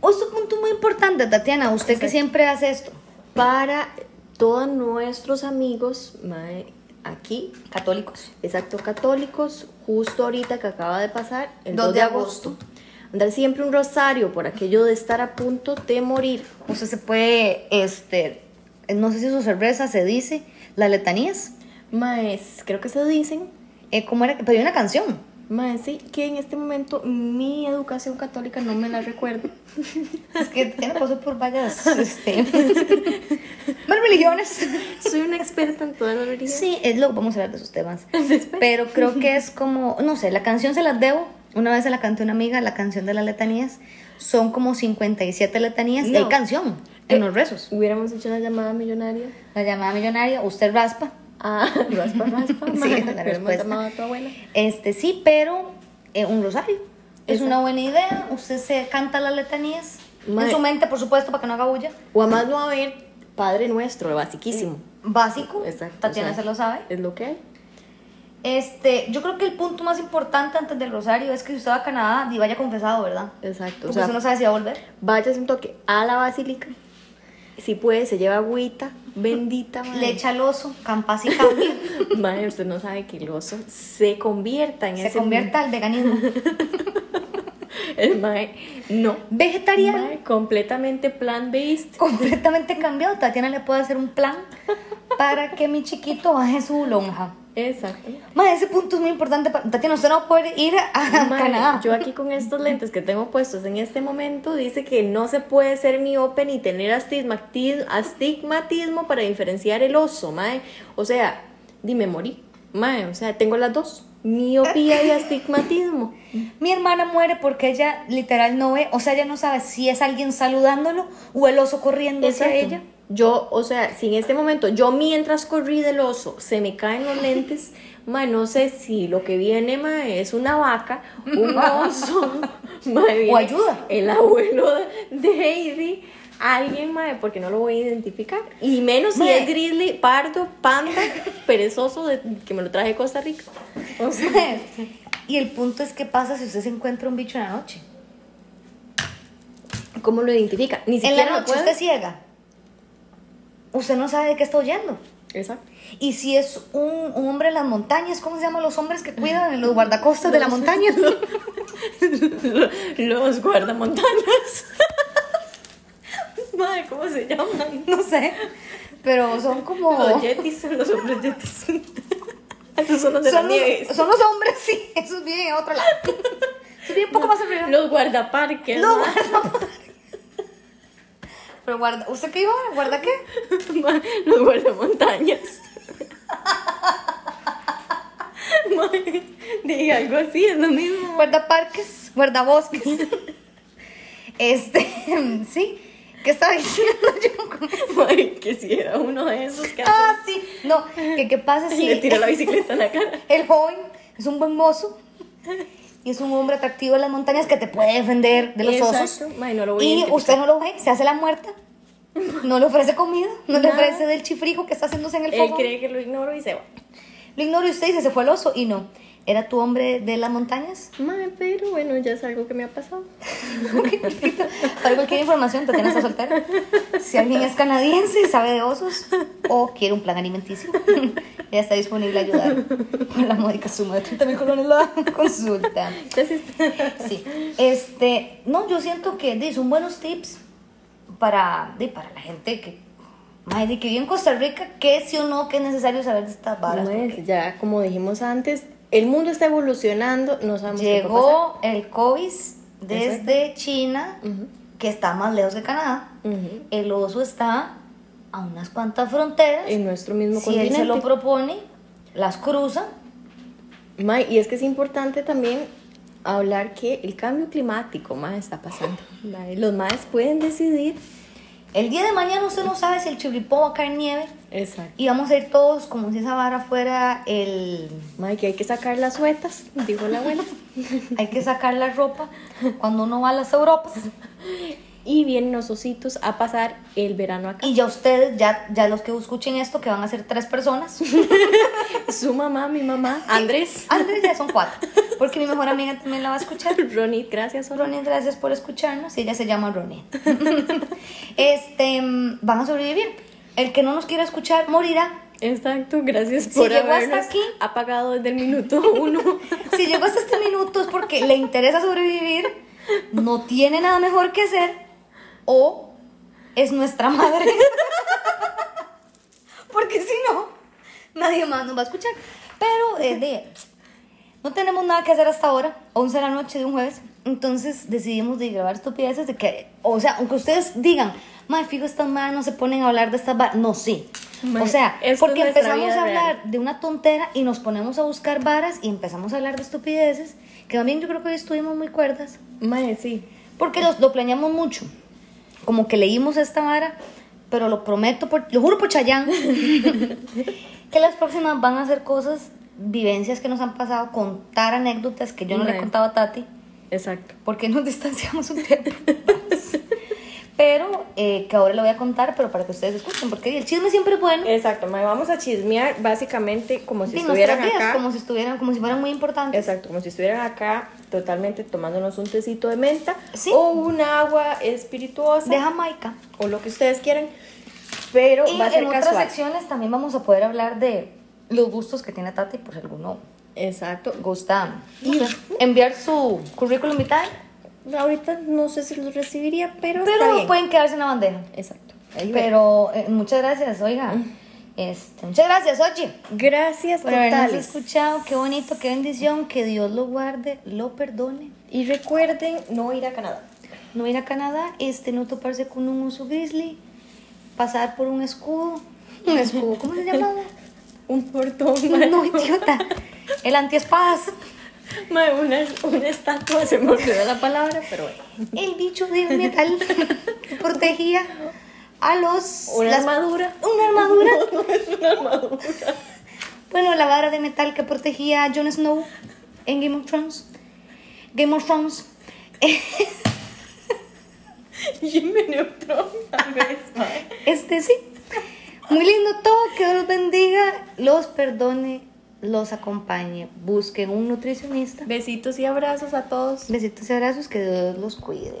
Speaker 2: Otro punto muy importante, Tatiana, usted que siempre hace esto.
Speaker 1: Para todos nuestros amigos, mae, aquí,
Speaker 2: Católicos.
Speaker 1: exacto, católicos, justo ahorita que acaba de pasar, el 2, de agosto. Andar siempre un rosario por aquello de estar a punto de morir.
Speaker 2: Usted se puede, este, no sé si su cerveza se dice, las letanías.
Speaker 1: Mae, creo que se dicen.
Speaker 2: Eh, ¿Cómo era? Pero hay una canción.
Speaker 1: Mae, sí, que en este momento mi educación católica no me la recuerdo.
Speaker 2: Es que ya me pasó por varias este, varias religiones.
Speaker 1: Soy una experta en todas las religiones.
Speaker 2: Sí, es lo vamos a hablar de esos temas. Pero creo que es como, no sé, la canción se las debo. Una vez se la canté a una amiga, la canción de las letanías. Son como 57 letanías y
Speaker 1: No.
Speaker 2: hay canción en
Speaker 1: Eh.
Speaker 2: los rezos.
Speaker 1: Hubiéramos hecho una llamada millonaria.
Speaker 2: La llamada millonaria, usted raspa.
Speaker 1: Ah, raspa, raspa.
Speaker 2: Sí,
Speaker 1: mae.
Speaker 2: la
Speaker 1: Hubiéramos
Speaker 2: respuesta.
Speaker 1: llamado a tu abuela.
Speaker 2: Este sí, pero eh, un rosario. Es
Speaker 1: Exacto.
Speaker 2: una buena idea. Usted se canta las letanías.
Speaker 1: Mae.
Speaker 2: En su mente, por supuesto, para que no haga bulla.
Speaker 1: O a más no haber Padre Nuestro, basiquísimo.
Speaker 2: Básico.
Speaker 1: Exacto,
Speaker 2: Tatiana
Speaker 1: o sea,
Speaker 2: se lo sabe.
Speaker 1: Es lo que hay.
Speaker 2: Este, yo creo que el punto más importante antes del rosario es que si usted va a Canadá, di vaya confesado, ¿verdad?
Speaker 1: Exacto.
Speaker 2: Porque
Speaker 1: Eh, O sea,
Speaker 2: usted no sabe si va a volver.
Speaker 1: vaya un toque a la basílica. Si puede, se lleva agüita. Bendita, madre.
Speaker 2: Le echa el oso, campas y cambia,
Speaker 1: Madre, usted no sabe que el oso se convierta en
Speaker 2: se
Speaker 1: ese...
Speaker 2: convierta al veganismo.
Speaker 1: El mae, no.
Speaker 2: Vegetariano,
Speaker 1: Mae, completamente plant-based.
Speaker 2: completamente cambiado. Tatiana le puede hacer un plan para que mi chiquito baje su lonja.
Speaker 1: Exacto.
Speaker 2: Más ese punto es muy importante. Para... Tatiana, usted no va a poder ir a
Speaker 1: Mae,
Speaker 2: Ah, Canadá.
Speaker 1: yo aquí con estos lentes que tengo puestos en este momento dice que no se puede ser miope ni tener astigmati- astigmatismo para diferenciar el oso, mae. O sea, dime morí, mae, o sea, tengo las dos, miopía y astigmatismo.
Speaker 2: Mi hermana muere porque ella literal no ve, o sea, ella no sabe si es alguien saludándolo o el oso corriendo hacia
Speaker 1: Exacto.
Speaker 2: ella.
Speaker 1: Yo, o sea, si en este momento, yo mientras corrí del oso, se me caen los lentes, ma, no sé si lo que viene, ma, es una vaca, un oso, ma, viene
Speaker 2: ayuda.
Speaker 1: El abuelo de Heidi, alguien, ma, porque no lo voy a identificar. Y menos si
Speaker 2: Ma.
Speaker 1: es grizzly, pardo, panda, perezoso, de- que me lo traje de Costa Rica. O sea,
Speaker 2: y el punto es qué pasa si usted se encuentra un bicho en la noche.
Speaker 1: ¿cómo lo identifica? Ni
Speaker 2: En
Speaker 1: siquiera
Speaker 2: la
Speaker 1: lo
Speaker 2: noche
Speaker 1: puede-
Speaker 2: usted ciega. Usted no sabe de qué está oyendo.
Speaker 1: Exacto.
Speaker 2: Y si es un, un hombre en las montañas, ¿cómo se llaman los hombres que cuidan en los guardacostas de la montaña?
Speaker 1: Los guardamontanas. Madre, ¿cómo se llaman?
Speaker 2: No sé. Pero son como.
Speaker 1: Los yetis, los hombres yetis. Esos son los de
Speaker 2: Son
Speaker 1: las
Speaker 2: los,
Speaker 1: nieves.
Speaker 2: son los hombres, sí. Eso es bien en otro lado. Eso es bien poco más arriba.
Speaker 1: Los guardaparques.
Speaker 2: No,
Speaker 1: ma.
Speaker 2: guarda- Pero guarda. ¿Usted qué iba? ¿Guarda qué?
Speaker 1: Ma, Los guardamontañas. Ma, Diga algo así, es lo mismo.
Speaker 2: Guarda parques, guarda bosques. Este, sí. ¿Qué estaba diciendo yo? con-
Speaker 1: Ma, que si era uno de esos que hace-
Speaker 2: Ah, sí. No, que qué pasa si
Speaker 1: le tira la bicicleta en la cara.
Speaker 2: el joven es un buen mozo y es un hombre atractivo en las montañas que te puede defender de los
Speaker 1: Exacto.
Speaker 2: osos.
Speaker 1: Ma, y no lo voy a
Speaker 2: y
Speaker 1: identificar.
Speaker 2: usted no lo ve, se hace la muerta. No le ofrece comida, no le
Speaker 1: Nada.
Speaker 2: ofrece del chifrijo que está haciéndose en el
Speaker 1: Él
Speaker 2: fogón.
Speaker 1: cree que lo ignoro y se va.
Speaker 2: Lo ignora y usted dice, se fue el oso. Y no, ¿era tu hombre de las montañas?
Speaker 1: Madre, pero bueno, ya es algo que me ha pasado.
Speaker 2: Para cualquier información, te tienes a soltar. Si alguien es canadiense y sabe de osos o quiere un plan alimenticio, ya está disponible a ayudar por la módica suma de 30 mil colones la consulta.
Speaker 1: Entonces,
Speaker 2: Sí, este, no, yo siento que di, son buenos tips para, di, para la gente que, mae, di, que vive en Costa Rica, que sí o no, que es necesario saber de estas varas.
Speaker 1: Bueno, ya como dijimos antes, el mundo está evolucionando, no sabemos qué va a pasar.
Speaker 2: Llegó el COVID desde China, que está más lejos de Canadá.
Speaker 1: Ujú.
Speaker 2: El oso está a unas cuantas fronteras.
Speaker 1: en nuestro mismo
Speaker 2: si él
Speaker 1: continente.
Speaker 2: se lo propone, las cruza.
Speaker 1: Ma, y es que es importante también hablar que el cambio climático ma, está pasando. Ma, los maes pueden decidir.
Speaker 2: El día de mañana usted no sabe si el chirripó va a caer nieve.
Speaker 1: Exacto.
Speaker 2: Y vamos a ir todos como si esa vara fuera el...
Speaker 1: Ma, que hay que sacar las suetas, dijo la abuela.
Speaker 2: Hay que sacar la ropa cuando uno va a las Europas.
Speaker 1: y vienen los ositos a pasar el verano acá.
Speaker 2: Y ya ustedes, ya, ya los que escuchen esto, que van a ser tres personas.
Speaker 1: Su mamá, mi mamá, Andrés,
Speaker 2: Andrés ya son cuatro. Porque mi mejor amiga también la va a escuchar.
Speaker 1: Ronit, gracias, Ronit.
Speaker 2: Ronnie, gracias por escucharnos. Ella se llama Ronnie. este, mm, van a sobrevivir. El que no nos quiera escuchar morirá.
Speaker 1: Exacto, gracias
Speaker 2: Si
Speaker 1: por
Speaker 2: llegó hasta
Speaker 1: habernos
Speaker 2: aquí.
Speaker 1: apagado desde el minuto uno.
Speaker 2: Si llegó hasta este minuto es porque le interesa sobrevivir, no tiene nada mejor que hacer o es nuestra madre. porque si no, nadie más nos va a escuchar. Pero eh, de- no tenemos nada que hacer hasta ahora, 11 de la noche de un jueves. Entonces decidimos de grabar estupideces de que, o sea, aunque ustedes digan, madre, fijo, estas madres no se ponen a hablar de estas varas. No, sí.
Speaker 1: Mae,
Speaker 2: o sea,
Speaker 1: esto
Speaker 2: porque
Speaker 1: es nuestra
Speaker 2: empezamos
Speaker 1: vida
Speaker 2: a hablar
Speaker 1: real.
Speaker 2: de una tontera y nos ponemos a buscar varas y empezamos a hablar de estupideces, que también yo creo que hoy estuvimos muy cuerdas,
Speaker 1: Mae, sí.
Speaker 2: porque los, lo planeamos mucho. Como que leímos esta vara, pero lo prometo, por, lo juro por Chayán, que las próximas van a ser cosas, vivencias que nos han pasado, contar anécdotas que yo no le
Speaker 1: Mae.
Speaker 2: he contado a Tati,
Speaker 1: Exacto.
Speaker 2: porque nos distanciamos un tiempo. Pero eh, que ahora lo voy a contar, pero para que ustedes escuchen, porque el chisme siempre es bueno.
Speaker 1: Exacto, mae, vamos a chismear básicamente Eh, como si
Speaker 2: Sí,
Speaker 1: estuvieran
Speaker 2: nuestras vidas,
Speaker 1: acá.
Speaker 2: como si estuvieran, como si fueran muy importantes.
Speaker 1: Exacto, como si estuvieran acá totalmente tomándonos un tecito de menta
Speaker 2: Sí.
Speaker 1: o un agua espirituosa
Speaker 2: De Jamaica.
Speaker 1: o lo que ustedes quieran, pero
Speaker 2: Y
Speaker 1: va a ser
Speaker 2: en otras
Speaker 1: casual.
Speaker 2: secciones también vamos a poder hablar de los gustos que tiene Tati, por si alguno
Speaker 1: Exacto.
Speaker 2: gusta no sé, enviar su currículum vitae,
Speaker 1: Ahorita no sé si los recibiría, pero, está
Speaker 2: pero
Speaker 1: bien.
Speaker 2: pueden quedarse en la bandeja.
Speaker 1: Exacto.
Speaker 2: Pero eh, muchas gracias, oiga. Este, muchas gracias, Ochi.
Speaker 1: Gracias
Speaker 2: Por habernos
Speaker 1: totales.
Speaker 2: escuchado, qué bonito, qué bendición, que Dios lo guarde, lo perdone.
Speaker 1: Y recuerden no ir a Canadá.
Speaker 2: No ir a Canadá, este, no toparse con un oso grizzly, pasar por un escudo, un escudo, ¿cómo se llamaba?
Speaker 1: Un portón, mae.
Speaker 2: No, idiota. El antiespadas.
Speaker 1: Mae, una, una estatua, se me olvidó la palabra, pero bueno.
Speaker 2: El bicho de metal que protegía a los.
Speaker 1: Una
Speaker 2: las-
Speaker 1: armadura.
Speaker 2: Una armadura.
Speaker 1: No es una armadura.
Speaker 2: Bueno, la vara de metal que protegía a Jon Snow en Game of Thrones. Game of Thrones.
Speaker 1: Jimmy Neutron, tal vez, mae.
Speaker 2: Este sí. Muy lindo todo. Que Dios los bendiga, los perdone, los acompañe. Busquen un nutricionista.
Speaker 1: Besitos y abrazos a todos.
Speaker 2: Besitos y abrazos. Que Dios los cuide.